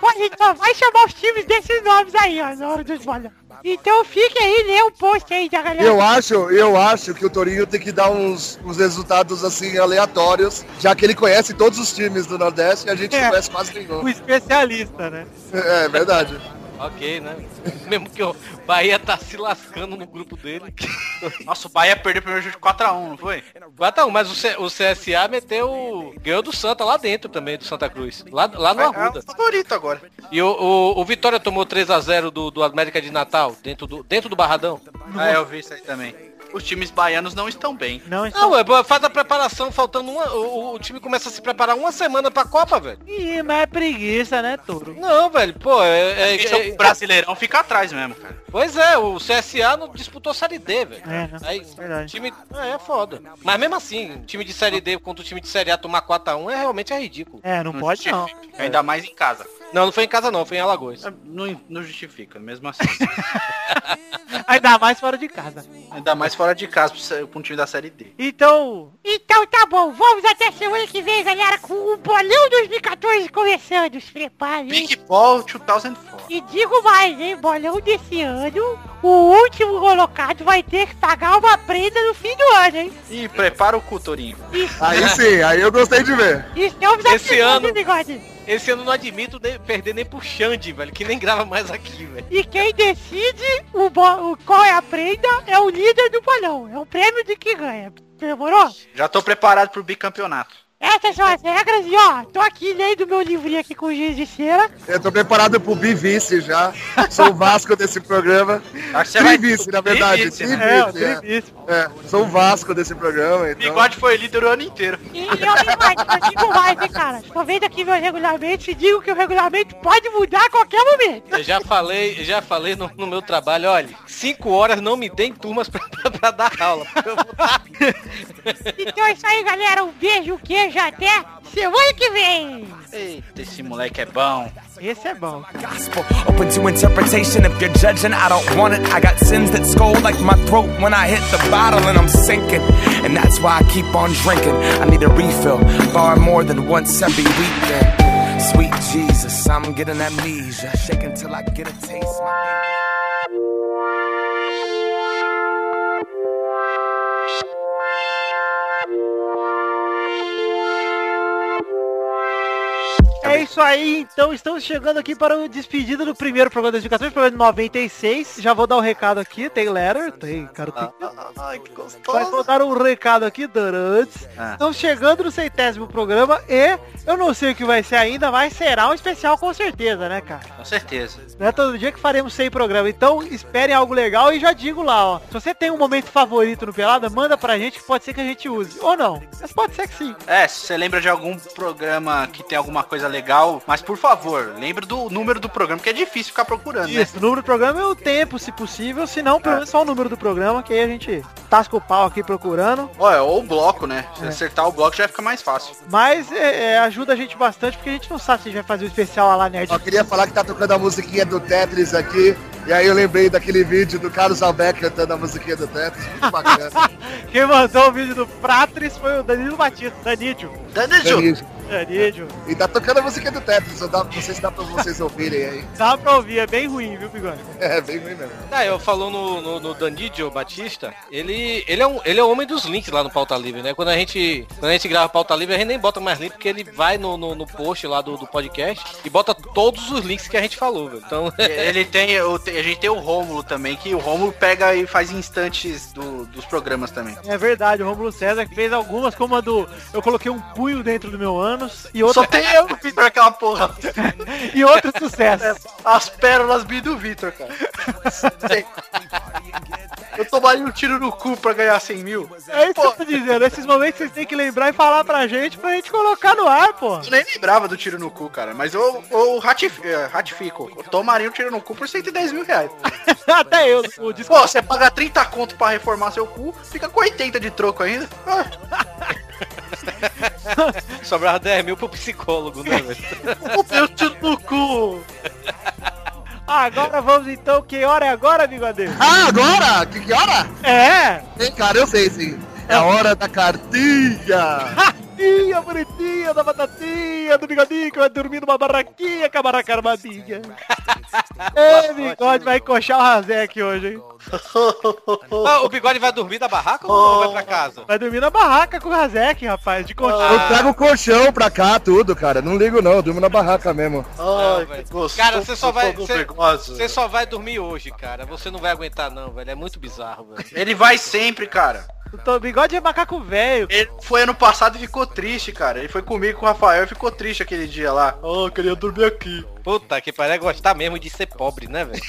Speaker 12: Pô, a gente só vai chamar os times desses nomes aí, ó, na hora do spoiler. Então fique aí, lê o post aí da galera.
Speaker 7: Eu acho, eu acho que o Torinho tem que dar uns, uns resultados assim aleatórios, já que ele conhece todos os times do Nordeste e a gente não conhece quase nenhum.
Speaker 1: O especialista, né?
Speaker 7: É verdade.
Speaker 5: Ok, né? Mesmo que o Bahia tá se lascando no grupo dele.
Speaker 2: Nossa, o Bahia perdeu o primeiro jogo de 4x1, não foi?
Speaker 5: 4x1, mas o, C- o CSA meteu. Ganhou do Santa lá dentro também, do Santa Cruz. Lá, lá no
Speaker 2: É, é
Speaker 5: Arruda.
Speaker 2: um favorito agora.
Speaker 5: E o, o, o Vitória tomou 3x0 do, do América de Natal, dentro do, dentro do Barradão.
Speaker 2: Ah, eu vi isso aí também. Os times baianos não estão bem.
Speaker 1: Não,
Speaker 5: é, pô, faz a preparação faltando uma. O, o time começa a se preparar uma semana pra Copa, velho.
Speaker 1: Ih, mas é preguiça, né, Toro?
Speaker 5: Não, velho, pô, é. é-
Speaker 2: Isso é
Speaker 5: é-
Speaker 2: o Brasileirão fica atrás mesmo, cara.
Speaker 5: Pois é, o CSA não disputou Série D, velho.
Speaker 1: É, né?
Speaker 5: Aí,
Speaker 1: Verdade.
Speaker 5: time. É, é foda. Mas mesmo assim, time de Série D contra o time de Série A tomar 4x1 é realmente é ridículo.
Speaker 1: É, não pode não.
Speaker 2: justifica. Ainda mais em casa.
Speaker 5: Não, não foi em casa não, foi em Alagoas.
Speaker 2: Não, não justifica, mesmo assim.
Speaker 1: Ainda mais fora de casa.
Speaker 2: [laughs] Ainda mais fora de casa pra você- pra um time da Série D.
Speaker 1: Então,
Speaker 12: Então tá bom, vamos até semana que vem, galera, com o Bolão 2014 começando. Se preparem. hein?
Speaker 2: Big Ball 2004.
Speaker 12: E digo mais, hein, Bolão desse ano, o último colocado vai ter que pagar uma prenda no fim do ano, hein?
Speaker 2: E prepara o cu, Torinho.
Speaker 7: Aí sim, aí eu gostei de ver.
Speaker 12: Estamos
Speaker 5: Esse
Speaker 12: avisando,
Speaker 5: ano-
Speaker 12: hein, Bigode.
Speaker 5: Esse ano não admito nem- perder nem pro Xande, velho, que nem grava mais aqui, velho.
Speaker 12: E quem decide o bo- o qual é a prenda é o líder do bolão. É o prêmio de quem ganha. Demorou?
Speaker 2: Já tô preparado pro bicampeonato.
Speaker 12: Essas são as regras e ó, tô aqui lendo meu livrinho aqui com o giz de cera.
Speaker 7: Eu tô preparado pro bivice já. Sou o Vasco desse programa.
Speaker 2: Acho que você vai-
Speaker 7: Trivice, na verdade.
Speaker 2: Trivice, né?
Speaker 7: Trivice,
Speaker 1: É,
Speaker 7: é. É, Sou o Vasco desse programa,
Speaker 2: O
Speaker 7: então.
Speaker 2: bigode foi líder o ano inteiro.
Speaker 12: E eu me mais, eu digo mais, hein, cara. Tô vendo aqui meu regulamento e digo que o regulamento pode mudar a qualquer momento.
Speaker 5: Eu já falei, eu já falei no, no meu trabalho, olha, cinco horas não me deem turmas pra, pra- pra dar aula. porque eu vou dar-
Speaker 12: Então é isso aí, galera. Um beijo, um queijo, até semana que vem.
Speaker 2: Eita, esse moleque é bom.
Speaker 1: esse é bom.
Speaker 11: gospel. Open to interpretation if you're judging. I don't want it. I got sins that scold like my throat when I hit the bottle and I'm sinking. And that's why I keep on drinking. I need a refill, far more than once every weekend. Sweet Jesus, I'm getting amnesia. Shaking till I get a taste. My fingers-
Speaker 1: É isso aí, então estamos chegando aqui para o despedido do primeiro programa de 2014, programa de 96. Já vou dar um recado aqui, tem letter, tem, cara, tem...
Speaker 2: Ai, Ah, que
Speaker 1: Vai
Speaker 2: gostoso.
Speaker 1: soltar um recado aqui, Dorantes.
Speaker 2: Ah.
Speaker 1: Estamos chegando no centésimo programa e eu não sei o que vai ser ainda, mas será um especial com certeza, né, cara?
Speaker 2: Com certeza.
Speaker 1: Não é todo dia que faremos 100 programas. Então esperem algo legal e já digo lá, ó. Se você tem um momento favorito no Pelada, manda pra gente que pode ser que a gente use. Ou não. Mas pode ser que sim.
Speaker 2: É, se você lembra de algum programa que tem alguma coisa legal, mas por favor, lembra do número do programa, que é difícil ficar procurando, né?
Speaker 1: Isso, o número do programa é o tempo, se possível. Se não, pelo menos só o número do programa, que aí a gente tasca o pau aqui procurando.
Speaker 2: Olha, ou o bloco, né? Se acertar o bloco já fica mais fácil.
Speaker 1: Mas é, é, ajuda a gente bastante, porque a gente não sabe se a gente vai fazer o especial lá nerd.
Speaker 7: Só queria falar que tá tocando a musiquinha do Tetris aqui. E aí eu lembrei daquele vídeo do Carlos Albeck cantando a musiquinha do Tetris. Muito
Speaker 2: [laughs]
Speaker 7: bacana.
Speaker 1: Quem mandou o vídeo do Pratris foi o Danilo Batista, Danídio.
Speaker 2: Danilo,
Speaker 7: Feliz.
Speaker 1: Danídio.
Speaker 7: e tá tocando a musiquinha do Tetris. Eu dá, não sei se dá pra vocês ouvirem aí. [laughs]
Speaker 1: Dá pra ouvir, é bem ruim, viu, Bigode?
Speaker 7: É, bem ruim mesmo.
Speaker 5: Ah, eu falou no, no, no Danidio Batista, ele, ele, é um, ele é o homem dos links lá no Pauta Livre, né? Quando a gente, quando a gente grava Pauta Livre, a gente nem bota mais link, porque ele vai no, no, no post lá do, do podcast e bota todos os links que a gente falou, velho. Então, [laughs]
Speaker 2: ele tem, o- a gente tem o Rômulo também, que o Rômulo pega e faz instantes do- dos programas também.
Speaker 1: É verdade, o Romulo César que fez algumas, como a do Eu coloquei um punho dentro do meu ânus e outra,
Speaker 2: Só tem [laughs] eu que fiz pra aquela porra.
Speaker 1: e outro sucesso.
Speaker 2: As pérolas bi do Vitor, cara. tomaria um tiro no cu pra ganhar 100 mil.
Speaker 1: [laughs] É isso que eu tô dizendo. Esses momentos vocês têm que lembrar e falar pra gente, pra gente colocar no ar, pô. [laughs]
Speaker 2: Eu nem lembrava do tiro no cu, cara, mas eu, eu ratif- eh, ratifico. Eu tomaria um tiro no cu por 110 mil [laughs] reais.
Speaker 1: Até eu. O
Speaker 2: Pô, você paga 30 conto pra reformar seu cu, fica com 80 de troco ainda. Ah,
Speaker 5: Sobrava 10 mil pro psicólogo, né, velho?
Speaker 2: Meu tiro no cu.
Speaker 1: Agora vamos então, que hora é agora, bigodeiro?
Speaker 7: Ah, agora? Que, que hora?
Speaker 1: É!
Speaker 7: Sim, cara, eu sei sim. É a hora da
Speaker 13: Ah!
Speaker 7: cartilha!
Speaker 1: Ratinha bonitinha da batatinha do bigodinho que vai dormir numa barraquinha com a barraca [laughs] armadinha. Ei, bigode, vai coxar o razé aqui hoje, hein?
Speaker 5: Ah, o bigode vai dormir da barraca ou vai pra casa?
Speaker 1: Vai dormir na barraca com o Razek, rapaz, de colchão.
Speaker 7: Eu trago o colchão pra cá, tudo, cara. Não ligo não, eu durmo na barraca mesmo.
Speaker 5: Não, velho. cara, você só vai. Você, você só vai dormir hoje, cara. Você não vai aguentar não, velho. É muito bizarro, velho.
Speaker 2: Ele vai sempre, cara.
Speaker 1: O bigode é macaco velho.
Speaker 2: Ele foi ano passado e ficou triste, cara. Ele foi comigo com o Rafael e ficou triste aquele dia lá. Oh, eu queria dormir aqui.
Speaker 5: Puta que pariu, é gostar mesmo de ser pobre, né, velho?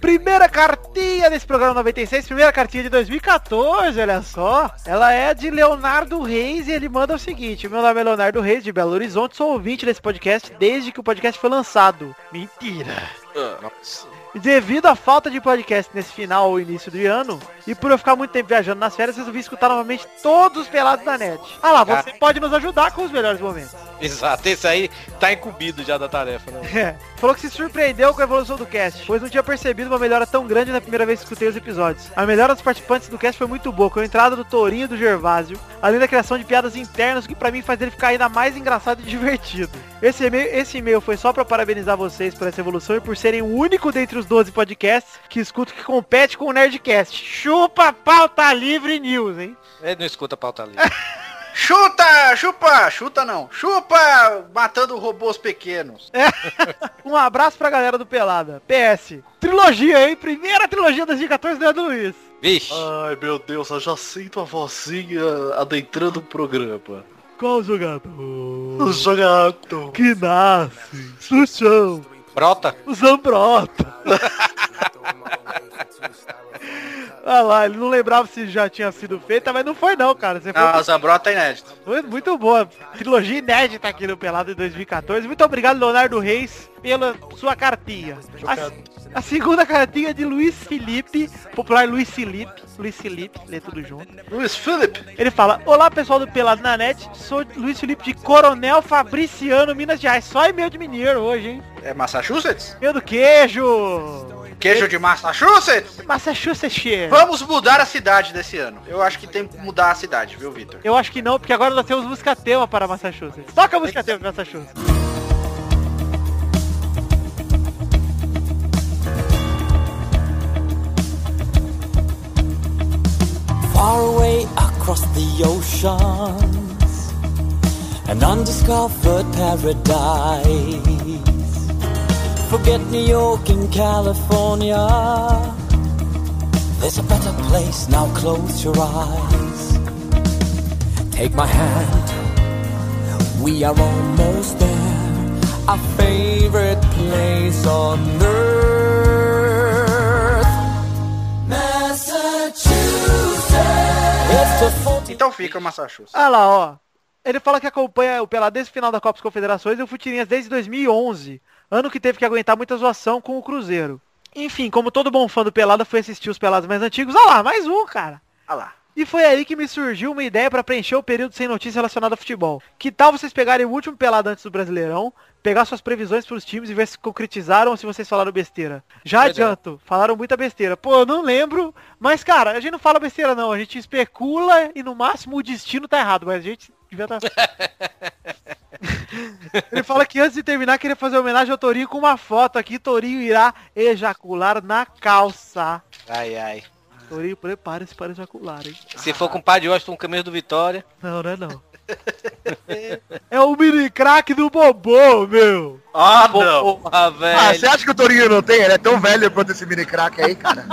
Speaker 1: Primeira cartinha desse programa 96, primeira cartinha de 2014, olha só. Ela é de Leonardo Reis e ele manda o seguinte: Meu nome é Leonardo Reis, de Belo Horizonte, sou ouvinte desse podcast desde que o podcast foi lançado. Mentira. Devido à falta de podcast nesse final ou início do ano, e por eu ficar muito tempo viajando nas férias, resolvi escutar novamente todos os pelados da net. Ah lá, você
Speaker 5: Cara.
Speaker 1: pode nos ajudar com os melhores momentos.
Speaker 5: Exato, esse aí tá incumbido já da tarefa, né?
Speaker 1: É. Falou que se surpreendeu com a evolução do cast, pois não tinha percebido uma melhora tão grande na primeira vez que escutei os episódios. A melhora dos participantes do cast foi muito boa, com a entrada do Tourinho e do Gervásio, além da criação de piadas internas, que pra mim faz ele ficar ainda mais engraçado e [laughs] divertido. Esse e-mail, esse e-mail foi só pra parabenizar vocês por essa evolução e por serem o único dentre os 12 podcasts que escuto que compete com o Nerdcast. Chupa pauta livre news, hein?
Speaker 5: Ele não escuta a pauta ali.
Speaker 2: Chuta, chupa, chuta não. Chupa, matando robôs pequenos.
Speaker 1: um abraço pra galera do Pelada. PS. Trilogia, hein? Primeira trilogia 2014 do Leandro né, Luiz.
Speaker 5: Vixe.
Speaker 13: Ai, meu Deus, eu já sinto a vozinha adentrando o programa.
Speaker 1: Qual jogador?
Speaker 13: O jogador.
Speaker 1: Que nasce no chão.
Speaker 5: Brota?
Speaker 1: O Zambrota. [laughs] Olha Ah lá, ele não lembrava se já tinha sido feita, mas não foi não, cara. Você foi...
Speaker 2: Não, a Zambrota é inédito.
Speaker 1: Foi muito boa. Trilogia inédita tá aqui no Pelado em 2014. Muito obrigado, Leonardo Reis, pela sua cartinha. A, a segunda cartinha é de Luiz Felipe, popular Luiz Felipe. Luiz Felipe, lê tudo junto.
Speaker 2: Luiz Felipe.
Speaker 1: Ele fala, olá pessoal do Pelado na Net, sou Luiz Felipe de Coronel Fabriciano, Minas Gerais. Só e-mail de mineiro hoje, hein?
Speaker 2: É Massachusetts?
Speaker 1: Meu do queijo!
Speaker 2: Queijo de Massachusetts?
Speaker 1: Massachusetts! cheiro.
Speaker 2: Vamos mudar a cidade desse ano. Eu acho que tem que mudar a cidade, viu, Vitor?
Speaker 1: Eu acho que não, porque agora nós temos música tema para Massachusetts. Toca a música tema para Massachusetts.
Speaker 14: far away across the oceans, an undiscovered paradise. Forget New York and California. There's a better place now. Close your eyes. Take my hand. We are almost there. Our favorite place on earth. Massachusetts.
Speaker 2: Então fica Massachusetts.
Speaker 1: Olha lá, ó. Ele fala que acompanha o Pelado desde o final da Copa das Confederações e o Futirinhas desde 2011, ano que teve que aguentar muita zoação com o Cruzeiro. Enfim, como todo bom fã do Pelada, fui assistir os Pelados mais antigos. Olha lá, mais um, cara.
Speaker 2: Olha Ah lá.
Speaker 1: E foi aí que me surgiu uma ideia pra preencher o período sem notícia relacionada a futebol. Que tal vocês pegarem o último pelado antes do Brasileirão, pegar suas previsões pros times e ver se concretizaram ou se vocês falaram besteira? Já
Speaker 5: Verdade.
Speaker 1: adianto, falaram muita besteira. Pô, eu não lembro, mas cara, a gente não fala besteira não, a gente especula e no máximo o destino tá errado, mas a gente devia tá... Ele fala que antes de terminar queria fazer homenagem ao Torinho com uma foto aqui, Torinho irá ejacular na calça.
Speaker 5: Ai, ai.
Speaker 1: Torinho, prepare-se para ejacular, hein?
Speaker 5: Se for com o Padre Washington, camisa do Vitória.
Speaker 1: Não, não é não. [laughs] é o mini craque do Bobô, meu.
Speaker 2: Ah,
Speaker 5: não. velho.
Speaker 7: Ah, você acha que o Torinho não tem? Ele é tão velho quanto esse mini crack aí, cara.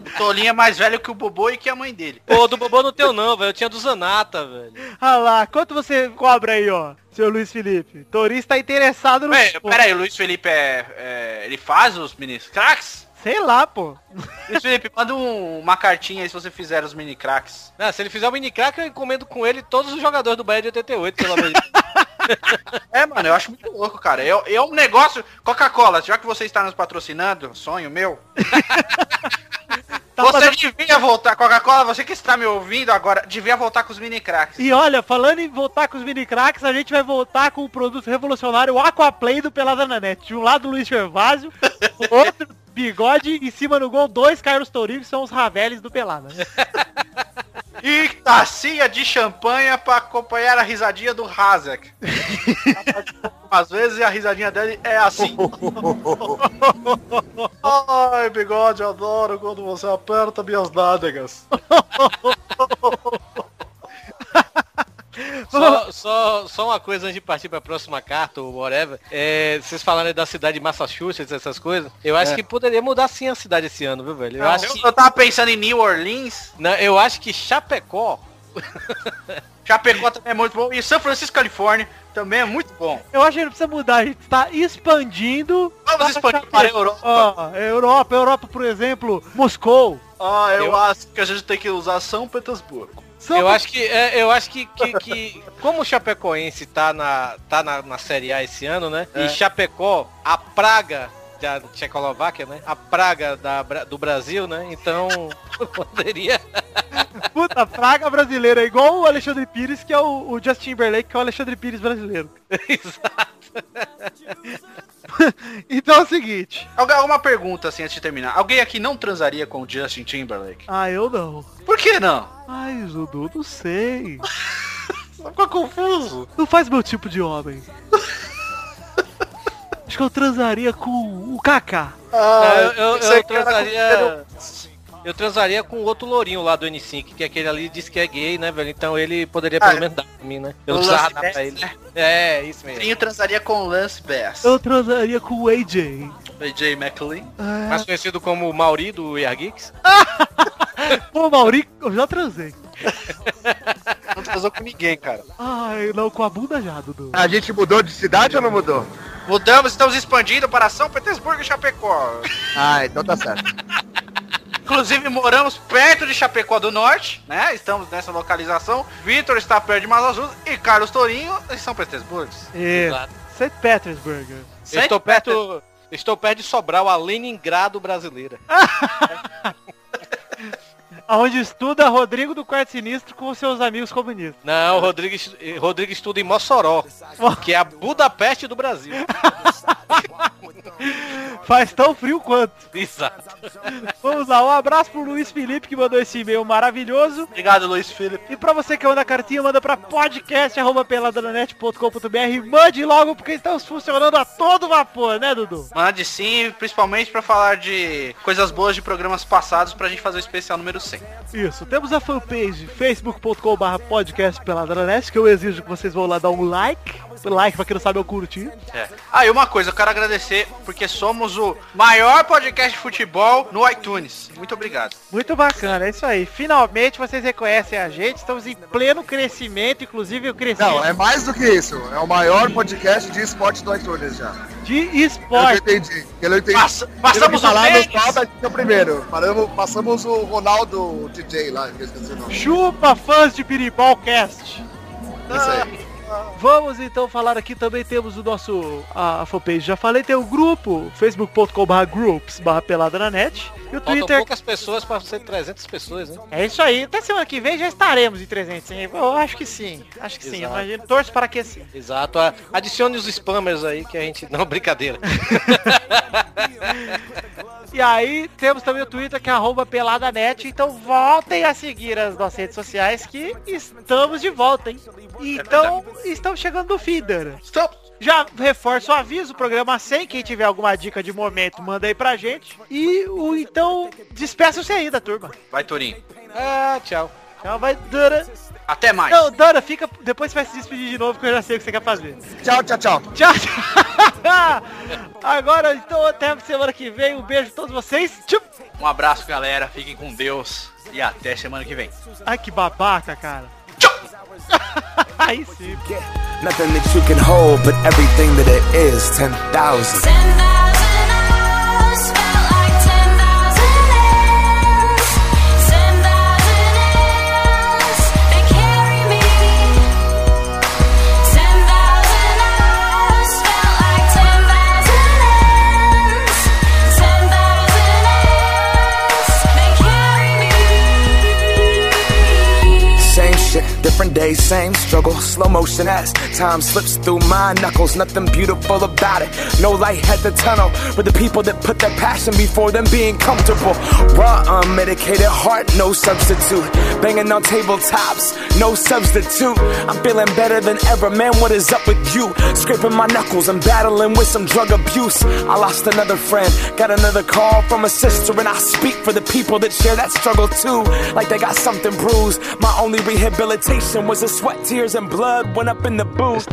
Speaker 2: O Tolinho é mais velho que o Bobô e que a mãe dele.
Speaker 5: Pô, do Bobô não teu não, velho. Eu tinha do Zanata, velho.
Speaker 1: Olha lá, quanto você cobra aí, ó, seu Luiz Felipe? Torinho está interessado no...
Speaker 2: Ué, peraí, o Luiz Felipe é, é- Ele faz os meninos craques?
Speaker 1: Sei lá, pô.
Speaker 2: E, Felipe, manda um- uma cartinha aí se você fizer os mini cracks.
Speaker 5: Ah, se ele fizer o mini crack, eu encomendo com ele todos os jogadores do Bahia de 88, pelo amor de Deus.
Speaker 2: É, mano, eu acho muito louco, cara. É, é um negócio. Coca-Cola, já que você está nos patrocinando, um sonho meu. você devia voltar, Coca-Cola, você que está me ouvindo agora, devia voltar com os mini cracks.
Speaker 1: E olha, falando em voltar com os mini cracks, a gente vai voltar com o produto revolucionário o Aquaplay do Pelada na Net. De um lado o Luiz Gervásio, [laughs] o outro bigode, em cima no gol, dois Carlos Tourinho, que são os Raveles do Pelada. né?
Speaker 2: E tacinha de champanha pra acompanhar a risadinha do
Speaker 5: [laughs]
Speaker 2: Hazek. Às vezes a risadinha dele
Speaker 5: [laughs]
Speaker 2: é assim.
Speaker 13: Ai, bigode, adoro quando você aperta minhas nádegas.
Speaker 5: Só, só, só uma coisa antes de partir para a próxima carta ou whatever. É, vocês falaram aí da cidade de Massachusetts, essas coisas. Eu acho
Speaker 2: É.
Speaker 5: que poderia mudar sim a cidade esse ano, viu, velho? Eu,
Speaker 2: Não,
Speaker 5: acho,
Speaker 2: eu,
Speaker 5: que,
Speaker 2: eu tava pensando em New Orleans.
Speaker 5: não, Né, eu acho que Chapecó.
Speaker 2: Chapecó também é muito bom. E São Francisco, Califórnia, também é muito bom.
Speaker 1: Eu acho que não precisa mudar, a gente tá expandindo.
Speaker 2: Vamos expandir para a Europa.
Speaker 1: Ó, Europa, Europa, por exemplo, Moscou.
Speaker 13: Ah, eu,
Speaker 1: Eu-
Speaker 13: acho que a gente tem que usar São Petersburgo.
Speaker 2: Então
Speaker 5: Eu acho que, é, eu acho que, que, que como o Chapecoense tá na, tá na, na Série A esse ano, né?
Speaker 13: É.
Speaker 5: E Chapecó, a praga da Tchecoslováquia, né? A praga da, Bra- do Brasil, né? Então [laughs] poderia.
Speaker 1: Puta, praga brasileira, é igual o Alexandre Pires, que é o, o Justin Timberlake, que é o Alexandre
Speaker 2: [laughs]
Speaker 1: Pires brasileiro. [laughs] então é o seguinte.
Speaker 2: Algu- Alguma pergunta assim antes de terminar. Alguém aqui não transaria com o Justin Timberlake?
Speaker 1: Ah, eu não.
Speaker 2: Por que não?
Speaker 1: Ai, Dudu, não sei.
Speaker 2: Ficou confuso.
Speaker 1: Não faz meu tipo de homem. Acho que eu transaria com o Kaká.
Speaker 2: Ah,
Speaker 5: É, eu, eu, eu transaria.
Speaker 2: um-
Speaker 5: Eu transaria com outro lourinho lá do N5, que aquele ali disse que é gay, né, velho? Então ele poderia pelo
Speaker 2: Ah,
Speaker 5: menos dar pra mim, né? Eu
Speaker 2: o
Speaker 5: não precisava
Speaker 2: Lance
Speaker 5: dar
Speaker 2: Bass,
Speaker 5: pra ele.
Speaker 2: né?
Speaker 5: É, isso mesmo.
Speaker 2: Sim, eu transaria com o Lance Bass.
Speaker 1: Eu transaria com o AJ.
Speaker 2: AJ McLean.
Speaker 5: Mais conhecido como Mauri do Iar Geeks.
Speaker 1: É. Pô, Mauri, eu já transei.
Speaker 2: Não transou com ninguém, cara.
Speaker 1: Ai, não, com a bunda já, Dudu.
Speaker 2: Ah,
Speaker 7: A gente mudou de cidade ou não mudou?
Speaker 2: Mudamos, estamos expandindo para São Petersburgo e Chapecó.
Speaker 7: Ah, então tá certo.
Speaker 2: Inclusive moramos perto de Chapecó do Norte, né? Estamos nessa localização. Vitor está perto de Massachusetts e Carlos Tourinho em São Petersburgo.
Speaker 1: É,
Speaker 5: Exato.
Speaker 1: St. Petersburg.
Speaker 5: Eu estou perto. Estou perto de Sobral, a Leningrado brasileira.
Speaker 1: Onde estuda Rodrigo do Quarto Sinistro com seus amigos comunistas.
Speaker 5: Não, Rodrigo, Rodrigo estuda em Mossoró, que é a Budapeste do Brasil.
Speaker 1: Faz tão frio quanto.
Speaker 5: Exato.
Speaker 1: Vamos lá, um abraço pro Luiz Felipe que mandou esse e-mail maravilhoso.
Speaker 2: Obrigado, Luiz Felipe.
Speaker 1: E pra você que manda cartinha, manda pra podcast.peladananet.com.br Mande logo, porque estamos funcionando a todo vapor, né, Dudu?
Speaker 2: Mande sim, principalmente para falar de coisas boas de programas passados pra gente fazer o especial número 100.
Speaker 1: Isso, temos a fanpage facebook.com.br podcastpeladananet, que eu exijo que vocês vão lá dar um like. Like, pra quem não sabe, eu curti.
Speaker 2: É. Ah, e uma coisa, eu quero agradecer porque somos o maior podcast de futebol no iTunes. Muito obrigado.
Speaker 1: Muito bacana, é isso aí. Finalmente vocês reconhecem a gente, estamos em pleno crescimento, inclusive o crescimento
Speaker 7: Não, é mais do que isso. É o maior podcast de esporte do iTunes já.
Speaker 1: de
Speaker 7: Eu
Speaker 1: esporte.
Speaker 7: entendi. Eu entendi.
Speaker 2: Passa- passamos o
Speaker 7: falar no
Speaker 2: Mendes.
Speaker 7: qual da gente é o primeiro. Paramos, passamos o Ronaldo o DJ lá, que eu esqueci o nome.
Speaker 1: Chupa fãs de Piribol Cast.
Speaker 2: Ah.
Speaker 7: Isso aí.
Speaker 1: Vamos então falar aqui também temos o nosso a, a fanpage já falei tem o grupo facebook.com/barra groups barra pelada na net e o
Speaker 5: Faltam
Speaker 1: Twitter
Speaker 5: poucas pessoas para ser 300 pessoas, né?
Speaker 1: é isso aí até semana que vem já estaremos em 300 hein? eu acho que sim acho que sim
Speaker 5: Exato.
Speaker 1: mas eu torço para que sim
Speaker 5: Exato. a- Adicione os spammers aí que a gente... Não, brincadeira.
Speaker 1: e aí temos também o Twitter que é arroba pelada net então voltem a seguir as nossas redes sociais que estamos de volta hein então estamos chegando no fim Dana
Speaker 2: Estamos.
Speaker 1: Já reforço o aviso, o programa 100, quem tiver alguma dica de momento, manda aí pra gente. E o então, despeça-se aí da turma.
Speaker 2: Vai, Tourinho.
Speaker 5: Ah, tchau.
Speaker 1: Tchau, vai, Dana.
Speaker 2: Até mais.
Speaker 1: Não, Dana, fica, depois você vai se despedir de novo, que eu já sei o que você quer fazer.
Speaker 7: Tchau, tchau, tchau.
Speaker 1: Tchau, tchau. [laughs] Agora, então, até semana que vem. Um beijo a todos vocês. Tchau.
Speaker 2: Um abraço, galera. Fiquem com Deus. E até semana que vem.
Speaker 1: Ai, que babaca, cara. [laughs] aí sim.
Speaker 11: Nothing that you can hold, but everything that it is, 10,000.
Speaker 8: Ten thousand hours felt like ten
Speaker 11: day, same struggle, slow motion as time slips through my knuckles. Nothing beautiful about it, no light at the tunnel. But the people that put their passion before them being comfortable, raw, unmedicated heart, no substitute. Banging on tabletops, no substitute. I'm feeling better than ever, man. What is up with you? Scraping my knuckles, I'm battling with some drug abuse. I lost another friend, got another call from a sister, and I speak for the people that share that struggle too. Like they got something bruised. My only rehabilitation was the sweat, tears, and blood went up in the booth.